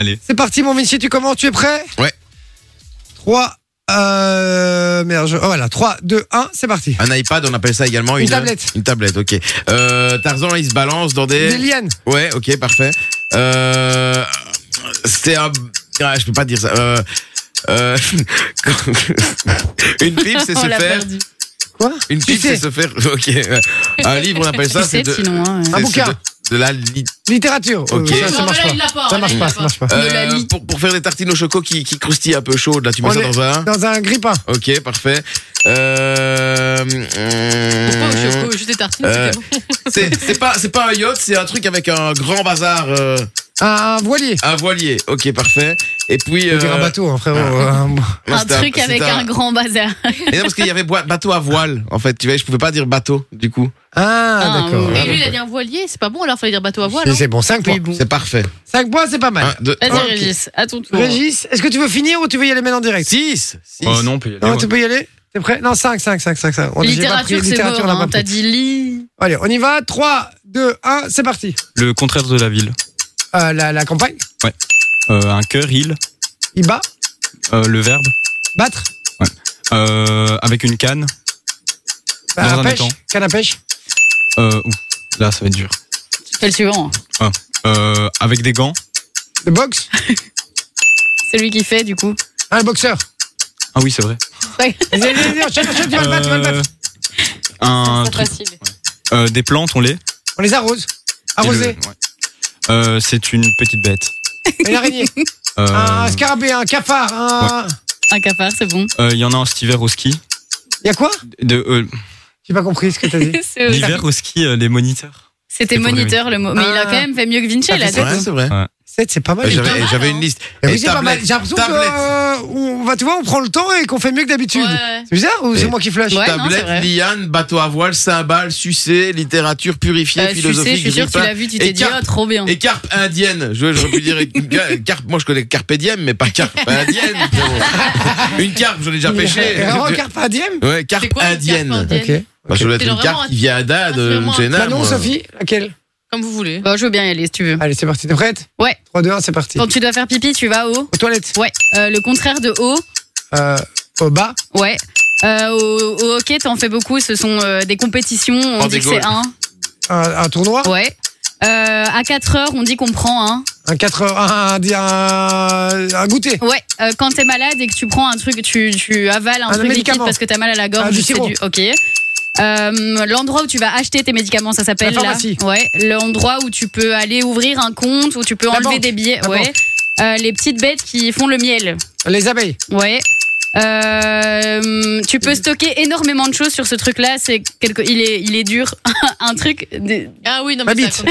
Speaker 5: Allez.
Speaker 2: C'est parti mon Vinci, tu commences, tu es prêt
Speaker 4: Ouais.
Speaker 2: 3 euh merde, je- oh, voilà, 3 2 1, c'est parti.
Speaker 4: Un iPad, on appelle ça également
Speaker 2: Une
Speaker 4: une,
Speaker 2: tablette.
Speaker 4: Une tablette, ok. Euh, Tarzan, il se balance dans des.
Speaker 2: Des lianes.
Speaker 4: Ouais, ok, parfait. Euh, c'est un. Ah, je peux pas dire ça. Euh, euh, une pipe, c'est
Speaker 3: On
Speaker 4: se
Speaker 3: l'a
Speaker 4: faire.
Speaker 3: perdu.
Speaker 2: Quoi
Speaker 4: Une
Speaker 2: Tu
Speaker 4: pipe,
Speaker 2: sais.
Speaker 4: c'est se faire. Ok. ouais. Un livre, on appelle ça.
Speaker 3: Tu sais,
Speaker 4: de-
Speaker 3: sinon. hein,
Speaker 2: Un
Speaker 4: c'est
Speaker 2: bouquin.
Speaker 4: De, de la lit-
Speaker 2: Littérature.
Speaker 4: Ok.
Speaker 2: Euh, ça,
Speaker 6: Non,
Speaker 2: ça
Speaker 6: mais
Speaker 2: marche
Speaker 6: là,
Speaker 2: pas.
Speaker 6: il l'a pas.
Speaker 2: Ça
Speaker 6: là,
Speaker 2: marche
Speaker 6: il
Speaker 2: pas,
Speaker 6: l'a
Speaker 2: ça marche pas.
Speaker 4: Euh,
Speaker 3: De la lit.
Speaker 4: pour, pour faire des tartines au choco qui, qui croustillent un peu chaudes, là, tu mets
Speaker 2: On
Speaker 4: ça
Speaker 2: est-
Speaker 4: dans un.
Speaker 2: Dans un grippin.
Speaker 4: Ok, parfait. Euh,
Speaker 6: Pourquoi
Speaker 5: Ah,
Speaker 6: au
Speaker 4: hum,
Speaker 6: choco, juste des tartines,
Speaker 4: Euh,
Speaker 6: c'était bon.
Speaker 4: c'est c'est pas, c'est pas un yacht, c'est un truc avec un grand bazar, euh,
Speaker 2: Un voilier.
Speaker 4: un voilier. Ok, parfait. Et puis.
Speaker 2: Je veux dire
Speaker 4: euh,
Speaker 2: un bateau, hein, frérot.
Speaker 5: ah.
Speaker 2: Euh,
Speaker 4: non,
Speaker 3: Un
Speaker 4: c'était
Speaker 3: truc
Speaker 4: c'était
Speaker 3: avec un grand bazar.
Speaker 4: Mais non, parce qu'il y avait boi- bateau à voile, en fait. Tu vois, je pouvais pas dire bateau, du coup.
Speaker 2: Ah,
Speaker 3: Ah,
Speaker 2: d'accord.
Speaker 3: oui.
Speaker 6: Mais lui, il a dit un voilier, c'est pas bon, alors fallait dire bateau à voile.
Speaker 2: C'est-
Speaker 6: hein.
Speaker 2: C'est bon, 5 points.
Speaker 4: C'est parfait.
Speaker 2: 5 points, c'est pas mal.
Speaker 4: 1, 2,
Speaker 3: hein. Vas-y,
Speaker 2: Ok.
Speaker 3: Régis, à ton
Speaker 5: Ah.
Speaker 3: tour.
Speaker 2: Régis, est-ce que tu veux finir ou tu veux y aller maintenant en direct
Speaker 4: 6.
Speaker 5: Oh non, on peut y aller,
Speaker 2: Non,
Speaker 5: ouais.
Speaker 2: Ah, tu peux y aller T'es prêt Non, 5, 5, 5, 5, 5.
Speaker 3: Littérature, c'est mort. hein, T'as dit lit.
Speaker 2: Allez, on y va. 3, 2, 1, c'est parti.
Speaker 5: Le contraire de la ville.
Speaker 2: Euh, la, la campagne,
Speaker 5: Euh, un cœur, il.
Speaker 2: il bat,
Speaker 5: Euh, le verbe.
Speaker 2: battre,
Speaker 5: Euh, avec une canne.
Speaker 2: bah,
Speaker 5: Dans un
Speaker 2: pêche,
Speaker 5: étang.
Speaker 2: canne à pêche,
Speaker 5: Euh, ouh, là, ça va être dur.
Speaker 3: Tu fais le suivant.
Speaker 5: Euh, avec des gants.
Speaker 2: le boxe,
Speaker 3: Celui qui fait, du coup.
Speaker 2: un boxeur.
Speaker 5: Ah oui, c'est vrai.
Speaker 2: Vas-y, vas-y, vas-y, enchaîne, enchaîne, tu vas le battre, tu vas le
Speaker 5: Euh,
Speaker 2: battre.
Speaker 5: un
Speaker 3: C'est
Speaker 5: truc.
Speaker 3: facile.
Speaker 5: Euh, des plantes, on les.
Speaker 2: On les arrose.
Speaker 5: Et le-
Speaker 2: Arroser,
Speaker 5: ouais. Euh, c'est une petite bête.
Speaker 2: une araignée,
Speaker 5: Euh,
Speaker 2: un scarabée, un cafard, un.
Speaker 3: Un cafard, c'est bon.
Speaker 5: euh, Il y en a un cet hiver au ski.
Speaker 2: Y'a quoi
Speaker 5: De, euh,
Speaker 2: Tu J'ai pas compris ce que t'as dit.
Speaker 3: C'est horrible.
Speaker 5: L'hiver au ski, euh, les moniteurs.
Speaker 3: C'était
Speaker 5: Et pour
Speaker 3: moniteur le mot. Mais il a
Speaker 2: Ah.
Speaker 3: quand même fait mieux que Vinci
Speaker 2: Ça
Speaker 3: là.
Speaker 2: fait ça.
Speaker 3: du
Speaker 4: Ouais,
Speaker 3: coup.
Speaker 4: c'est vrai.
Speaker 2: Sept, C'est pas mal.
Speaker 4: Euh,
Speaker 2: les gars.
Speaker 4: J'avais
Speaker 6: mal,
Speaker 4: j'avais
Speaker 6: hein.
Speaker 4: une liste.
Speaker 2: Eh oui,
Speaker 4: Et
Speaker 2: c'est pas mal.
Speaker 4: tablette,
Speaker 2: J'ai l'impression
Speaker 4: tablette.
Speaker 2: qu'on va, tu vois, on prend le temps et qu'on fait mieux que d'habitude.
Speaker 6: Ouais.
Speaker 2: C'est bizarre ou c'est
Speaker 4: Et-
Speaker 2: moi qui flash
Speaker 3: Ouais, non, c'est vrai.
Speaker 4: Tablette, liane, bateau à voile, cymbale, sucé, littérature purifiée,
Speaker 3: Euh, tu sais, je
Speaker 4: philosophique,
Speaker 3: suis sûre que tu
Speaker 4: grippin.
Speaker 3: l'as vu, tu t'es dit,
Speaker 4: écarte.
Speaker 3: oh, trop bien.
Speaker 4: Et carpe indienne. Je j'aurais pu dire ga- carpe. Moi, je connais carpe diem, mais pas carpe indienne. frérot. une carpe, j'en ai déjà pêché.
Speaker 2: Et on regarde pas Diem
Speaker 4: Ouais, carpe
Speaker 6: C'est quoi une
Speaker 4: indienne.
Speaker 6: carpe indienne
Speaker 2: Ok.
Speaker 4: Bah, ça doit être
Speaker 6: C'est
Speaker 4: une
Speaker 6: vraiment
Speaker 4: carte
Speaker 6: un-
Speaker 4: qui vient à Dade,
Speaker 6: c'est vraiment
Speaker 4: une
Speaker 6: un-
Speaker 4: Jenna,
Speaker 2: Bah non,
Speaker 4: moi.
Speaker 2: Sophie, laquelle
Speaker 6: Comme vous voulez.
Speaker 3: Bon, Bah, je veux bien y aller si tu veux.
Speaker 2: Allez, c'est parti. T'es prête
Speaker 3: Ouais.
Speaker 2: 3, 2, 1, Ah, c'est parti.
Speaker 3: Quand tu dois faire pipi, tu vas au.
Speaker 2: Aux toilettes.
Speaker 3: Ouais. Euh, le contraire de haut.
Speaker 2: Euh, au bas.
Speaker 3: Ouais. Euh, au, au hockey, t'en fais beaucoup. Ce sont euh, des compétitions. On
Speaker 4: Oh,
Speaker 3: dit
Speaker 4: des
Speaker 3: que c'est
Speaker 4: goals.
Speaker 3: un.
Speaker 2: Un, un tournoi.
Speaker 3: Ouais. Euh, à 4 heures, on dit qu'on prend un.
Speaker 2: Un 4 heures. Un, un- un- un goûter.
Speaker 3: Ouais. Euh, quand t'es malade et que tu prends un truc, tu, tu avales un,
Speaker 2: Un
Speaker 3: truc liquide
Speaker 2: médicament.
Speaker 3: parce que t'as mal à la gorge.
Speaker 2: Ah, du
Speaker 3: c'est
Speaker 2: sirop.
Speaker 3: Ok. Euh, l'endroit où tu vas acheter tes médicaments, ça s'appelle
Speaker 2: La pharmacie.
Speaker 3: là. Ouais. L'endroit où tu peux aller ouvrir un compte, où tu peux
Speaker 2: La
Speaker 3: enlever
Speaker 2: banque.
Speaker 3: des billets.
Speaker 2: La
Speaker 3: ouais.
Speaker 2: banque.
Speaker 3: Euh, les petites bêtes qui font le miel.
Speaker 2: Les abeilles.
Speaker 3: Ouais. Euh, tu peux stocker énormément de choses sur ce truc-là. C'est quelque... il est il est dur. un truc. de-
Speaker 6: Ah oui, non,
Speaker 2: Ma
Speaker 6: mais
Speaker 2: bite.
Speaker 6: ça,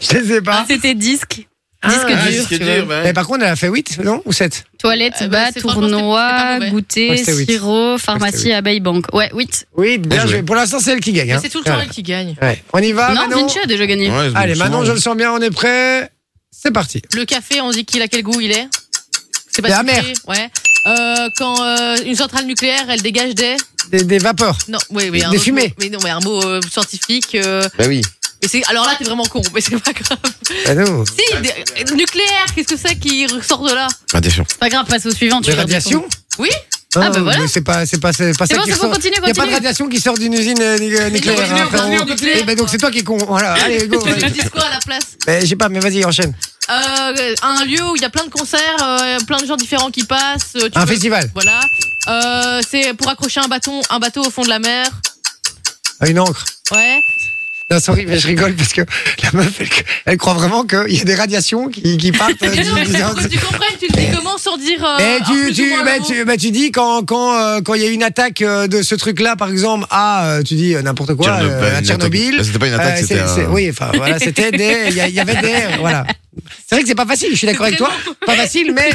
Speaker 2: Je les ai pas.
Speaker 3: C'était disque.
Speaker 2: Ah,
Speaker 3: Disque
Speaker 4: Ah,
Speaker 3: dur.
Speaker 4: disque
Speaker 3: tu
Speaker 4: dur,
Speaker 3: vois.
Speaker 4: ouais.
Speaker 2: Mais par contre, elle a fait 8, non Ou 7
Speaker 3: Toilette,
Speaker 6: Euh, bah,
Speaker 3: bas,
Speaker 6: c'est franchement, c'est- c'est pas
Speaker 3: tournoi,
Speaker 6: mauvais.
Speaker 2: Ouais,
Speaker 3: goûter,
Speaker 2: c'était huit.
Speaker 3: sirop, pharmacie,
Speaker 2: huit. abeille,
Speaker 3: abeille, banque. Ouais, 8.
Speaker 2: Oui, bien
Speaker 4: joué.
Speaker 2: joué. Pour l'instant, c'est elle qui gagne.
Speaker 6: Mais
Speaker 2: hein.
Speaker 6: c'est tout le temps
Speaker 2: Ouais.
Speaker 6: elle qui gagne.
Speaker 2: Ouais. On y
Speaker 6: Ah,
Speaker 2: va,
Speaker 3: non,
Speaker 2: Manon
Speaker 3: Vinci a déjà gagné.
Speaker 4: Ouais, je me
Speaker 2: Allez,
Speaker 4: sens-
Speaker 2: Manon, je le sens bien, on est prêt. C'est parti.
Speaker 6: Le café, on dit qu'il a quel goût il est C'est
Speaker 2: Il est
Speaker 6: sucré,
Speaker 2: amer.
Speaker 6: Ouais. Euh, quand euh, une centrale nucléaire, elle dégage des.
Speaker 2: Des, des vapeurs.
Speaker 6: Non, oui, mais un
Speaker 2: Des
Speaker 6: autre
Speaker 2: fumées.
Speaker 6: mot- mais non, mais un mot euh, scientifique. euh,
Speaker 4: Bah oui.
Speaker 6: mais c'est- alors là, t'es vraiment con, mais c'est pas grave.
Speaker 2: Bah,
Speaker 4: Ah
Speaker 2: non.
Speaker 6: Si, des- nucléaire, qu'est-ce que c'est qui ressort de là
Speaker 4: Attention.
Speaker 3: Pas grave, passe au suivant. Tu
Speaker 2: Des
Speaker 3: leur dis
Speaker 2: radiations
Speaker 6: Oui.
Speaker 2: Non,
Speaker 3: Ah, bah voilà.
Speaker 2: mais C'est pas, c'est pas, c'est pas
Speaker 3: C'est
Speaker 2: ça
Speaker 3: bon,
Speaker 2: qui
Speaker 3: c'est bon,
Speaker 2: ressort.
Speaker 3: continue,
Speaker 2: Il n'y a pas de
Speaker 3: continue.
Speaker 2: radiation qui sort d'une usine euh, nu- euh, nucléaire.
Speaker 6: continue,
Speaker 2: hein,
Speaker 6: on continue,
Speaker 2: frérot.
Speaker 6: on continue.
Speaker 2: Eh ben, donc c'est toi qui est con. Voilà, allez, go.
Speaker 6: Je me dis quoi à la place
Speaker 2: Mais j'ai pas, mais vas-y, enchaîne.
Speaker 6: Euh, Un lieu où il y a plein de concerts, euh, plein de gens différents qui passent. euh, tu
Speaker 2: Un
Speaker 6: peux-
Speaker 2: festival.
Speaker 6: Voilà. Euh, c'est pour accrocher un bâton, un bateau au fond de la mer.
Speaker 2: Ah, Une encre.
Speaker 6: Ouais.
Speaker 2: Non, sorry, mais je rigole parce que la meuf, elle, elle croit vraiment qu'il y a des radiations qui, qui partent. euh,
Speaker 6: Mais non, mais
Speaker 2: du- du-
Speaker 6: pour que tu comprennes, tu le dis comment sans dire. euh,
Speaker 2: Mais
Speaker 6: un
Speaker 3: Ah,
Speaker 2: tu,
Speaker 6: plus ou
Speaker 2: tu,
Speaker 6: moins
Speaker 2: mais
Speaker 6: le mot.
Speaker 2: tu, mais tu dis quand quand euh, quand il y a une attaque euh, de ce truc-là par exemple à euh, tu dis euh, n'importe quoi
Speaker 4: Tchernobyl,
Speaker 2: euh, à
Speaker 4: une
Speaker 2: Tchernobyl
Speaker 4: attaque. C'était pas une attaque,
Speaker 2: euh, c'est-
Speaker 4: c'était un-
Speaker 2: c'est- oui enfin voilà c'était des il y, a- il y avait des voilà c'est vrai que c'est pas facile je suis d'accord avec toi pas facile mais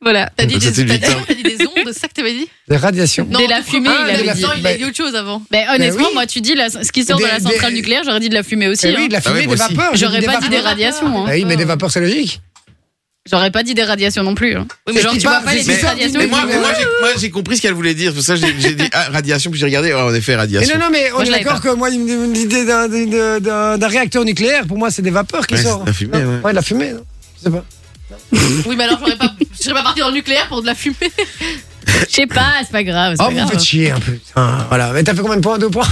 Speaker 3: Voilà.
Speaker 6: T'as dit, des,
Speaker 4: C'était
Speaker 6: t'as dit-
Speaker 4: huit ans.
Speaker 6: t'as dit des ondes, c'est ça que t'avais dit
Speaker 2: des radiations
Speaker 3: De la fumée,
Speaker 6: ah,
Speaker 3: il avait
Speaker 6: mais
Speaker 2: dit.
Speaker 6: attends, il
Speaker 2: Bah-
Speaker 6: a dit autre chose avant.
Speaker 3: Ben, honnêtement,
Speaker 2: oui.
Speaker 3: moi, tu dis la- ce qui sort de
Speaker 2: Des-
Speaker 3: la centrale
Speaker 2: des-
Speaker 3: nucléaire, j'aurais dit de la fumée aussi.
Speaker 2: Mais Eh oui
Speaker 3: hein.
Speaker 2: de la
Speaker 4: Ah oui,
Speaker 2: fumée
Speaker 4: moi
Speaker 2: des
Speaker 4: aussi.
Speaker 2: vapeurs j'ai
Speaker 3: J'aurais
Speaker 2: dit
Speaker 3: pas dit des
Speaker 2: vapeurs.
Speaker 3: radiations.
Speaker 2: Bah
Speaker 3: hein.
Speaker 2: oui mais des vapeurs c'est logique
Speaker 3: J'aurais pas dit des radiations non plus. hein.
Speaker 2: mais
Speaker 3: Genre,
Speaker 2: qui
Speaker 3: tu vois
Speaker 2: parle,
Speaker 3: pas les
Speaker 2: c'est
Speaker 3: petites
Speaker 2: ça.
Speaker 3: radiations. hein.
Speaker 4: Mais
Speaker 2: Oui,
Speaker 4: moi,
Speaker 2: oui,
Speaker 4: mais moi, j'ai- moi, j'ai compris ce qu'elle voulait dire. C'est pour ça que j'ai j'ai dit ah, radiation, puis j'ai regardé. Ouais, en effet,
Speaker 2: mais
Speaker 4: radiation.
Speaker 2: non non mais on
Speaker 3: Moi, je
Speaker 2: est
Speaker 3: l'avais
Speaker 2: d'accord que moi une- une- l'idée d'un- d'une- d'un d'un réacteur nucléaire pour moi c'est des vapeurs qui
Speaker 4: Ouais,
Speaker 2: sortent
Speaker 4: c'est de la fumée,
Speaker 2: Non,
Speaker 4: ouais.
Speaker 2: de la fumée non je sais pas
Speaker 6: Oui, mais alors j'aurais pas, je serais pas parti dans le nucléaire pour de la fumée.
Speaker 3: Je sais pas, c'est pas grave. c'est
Speaker 2: oh
Speaker 3: pas
Speaker 2: vous me
Speaker 3: grave.
Speaker 2: faites chier un peu Putain, voilà mais t'as fait combien de points deux points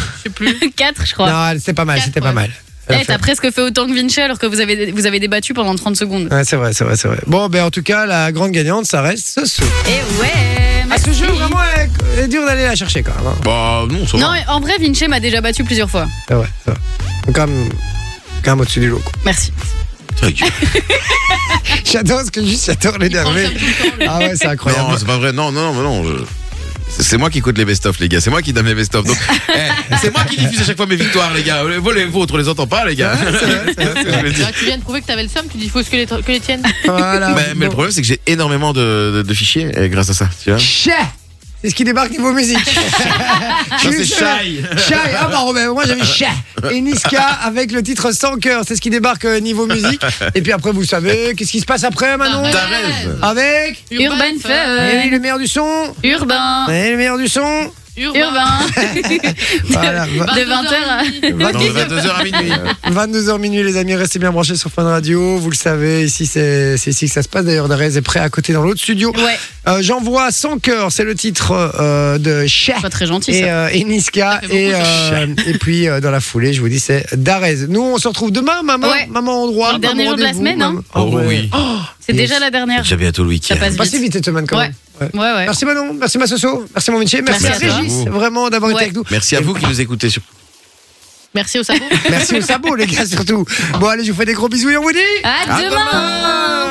Speaker 3: Quatre, je crois.
Speaker 2: non c'était pas mal
Speaker 6: Quatre
Speaker 2: c'était pas
Speaker 6: points.
Speaker 2: mal Elle a
Speaker 3: Eh,
Speaker 2: fait-
Speaker 3: T'as presque fait autant que Vinci alors que vous avez, vous avez débattu pendant 30 secondes.
Speaker 2: Ouais, c'est vrai, c'est vrai, c'est vrai. Bon, ben en tout cas, la grande gagnante, ça reste ce saut.
Speaker 3: Et Eh ouais.
Speaker 2: À Ah, ce
Speaker 3: merci.
Speaker 2: jeu, vraiment, elle est- elle est dur d'aller la chercher quand même. hein.
Speaker 4: Bah non, ça va.
Speaker 3: Non, mais en vrai, Vinci m'a déjà battu plusieurs fois.
Speaker 2: C'est vrai, hein. c'est vrai. Donc, Quand même, quand même au-dessus du lot. quoi.
Speaker 3: Merci.
Speaker 4: Ta gueule.
Speaker 2: J'adore ce que juste, j'adore l'énerver. Ah ouais, c'est incroyable.
Speaker 4: Non, c'est pas vrai. Non, non, non, non. je- C'est c'est moi qui coûte les best-of, les gars. C'est moi qui donne les best-of. Donc, eh, c'est moi qui diffuse à chaque fois mes victoires, les gars. Vous les vôtres, on les entend pas, les gars. Je veux dire.
Speaker 6: Ah, tu viens de prouver que t'avais le seum, tu dis faut que les, que les tiennes.
Speaker 3: Ah,
Speaker 2: Voilà.
Speaker 4: Mais, mais le problème, c'est que j'ai énormément de, de- de fichiers eh, grâce à ça. Tu vois
Speaker 2: Chais C'est ce qui débarque niveau musique.
Speaker 3: Ah,
Speaker 4: Ça, c'est shy.
Speaker 2: Chai, ah bah Robert, moi j'avais Chai et Niska avec le titre sans cœur, c'est ce qui débarque euh, niveau musique. Et puis après, vous savez, qu'est-ce qui se passe après Manon
Speaker 4: Ta rêve.
Speaker 2: Avec
Speaker 3: Urban
Speaker 2: Eh oui,
Speaker 3: Fun.
Speaker 2: le meilleur du son,
Speaker 3: Urbain.
Speaker 2: Eh, le meilleur du son.
Speaker 6: Urbain.
Speaker 3: euh, Urbain.
Speaker 2: Voilà, va-
Speaker 3: De 20
Speaker 4: Non, 22h à minuit.
Speaker 2: 22h minuit les amis, restez bien branchés sur Fun Radio, vous le savez, ici c'est c'est ici que ça se passe, d'ailleurs Darès est prêt à côté dans l'autre studio.
Speaker 3: Ouais,
Speaker 2: Euh, J'envoie sans cœur, c'est le titre euh, de Cher
Speaker 3: pas très gentil
Speaker 2: et,
Speaker 3: ça.
Speaker 2: euh, et Niska,
Speaker 6: Ça fait
Speaker 2: et,
Speaker 6: beaucoup,
Speaker 2: euh, et puis euh, dans la foulée je vous dis c'est Darès. Nous on se retrouve demain maman,
Speaker 3: Ouais.
Speaker 2: maman endroit.
Speaker 3: Le dernier jour de la semaine, hein.
Speaker 4: Oh oui.
Speaker 3: C'est déjà la dernière.
Speaker 4: J'ai bientôt le week-end.
Speaker 3: Ça passe
Speaker 2: Passez
Speaker 3: vite.
Speaker 2: vite cette semaine quand
Speaker 3: Ouais.
Speaker 2: même. Ouais.
Speaker 3: Ouais, ouais.
Speaker 2: Merci Manon, merci Massoso, merci mon métier, merci,
Speaker 3: Merci
Speaker 2: à
Speaker 3: à toi.
Speaker 2: Régis vraiment d'avoir été
Speaker 3: Ouais.
Speaker 2: avec nous.
Speaker 4: Merci à vous qui nous écoutez. sur-
Speaker 6: Merci au sabot.
Speaker 2: Merci aux sabots les gars surtout. Bon allez je vous fais des gros bisous et on vous dit...
Speaker 3: À demain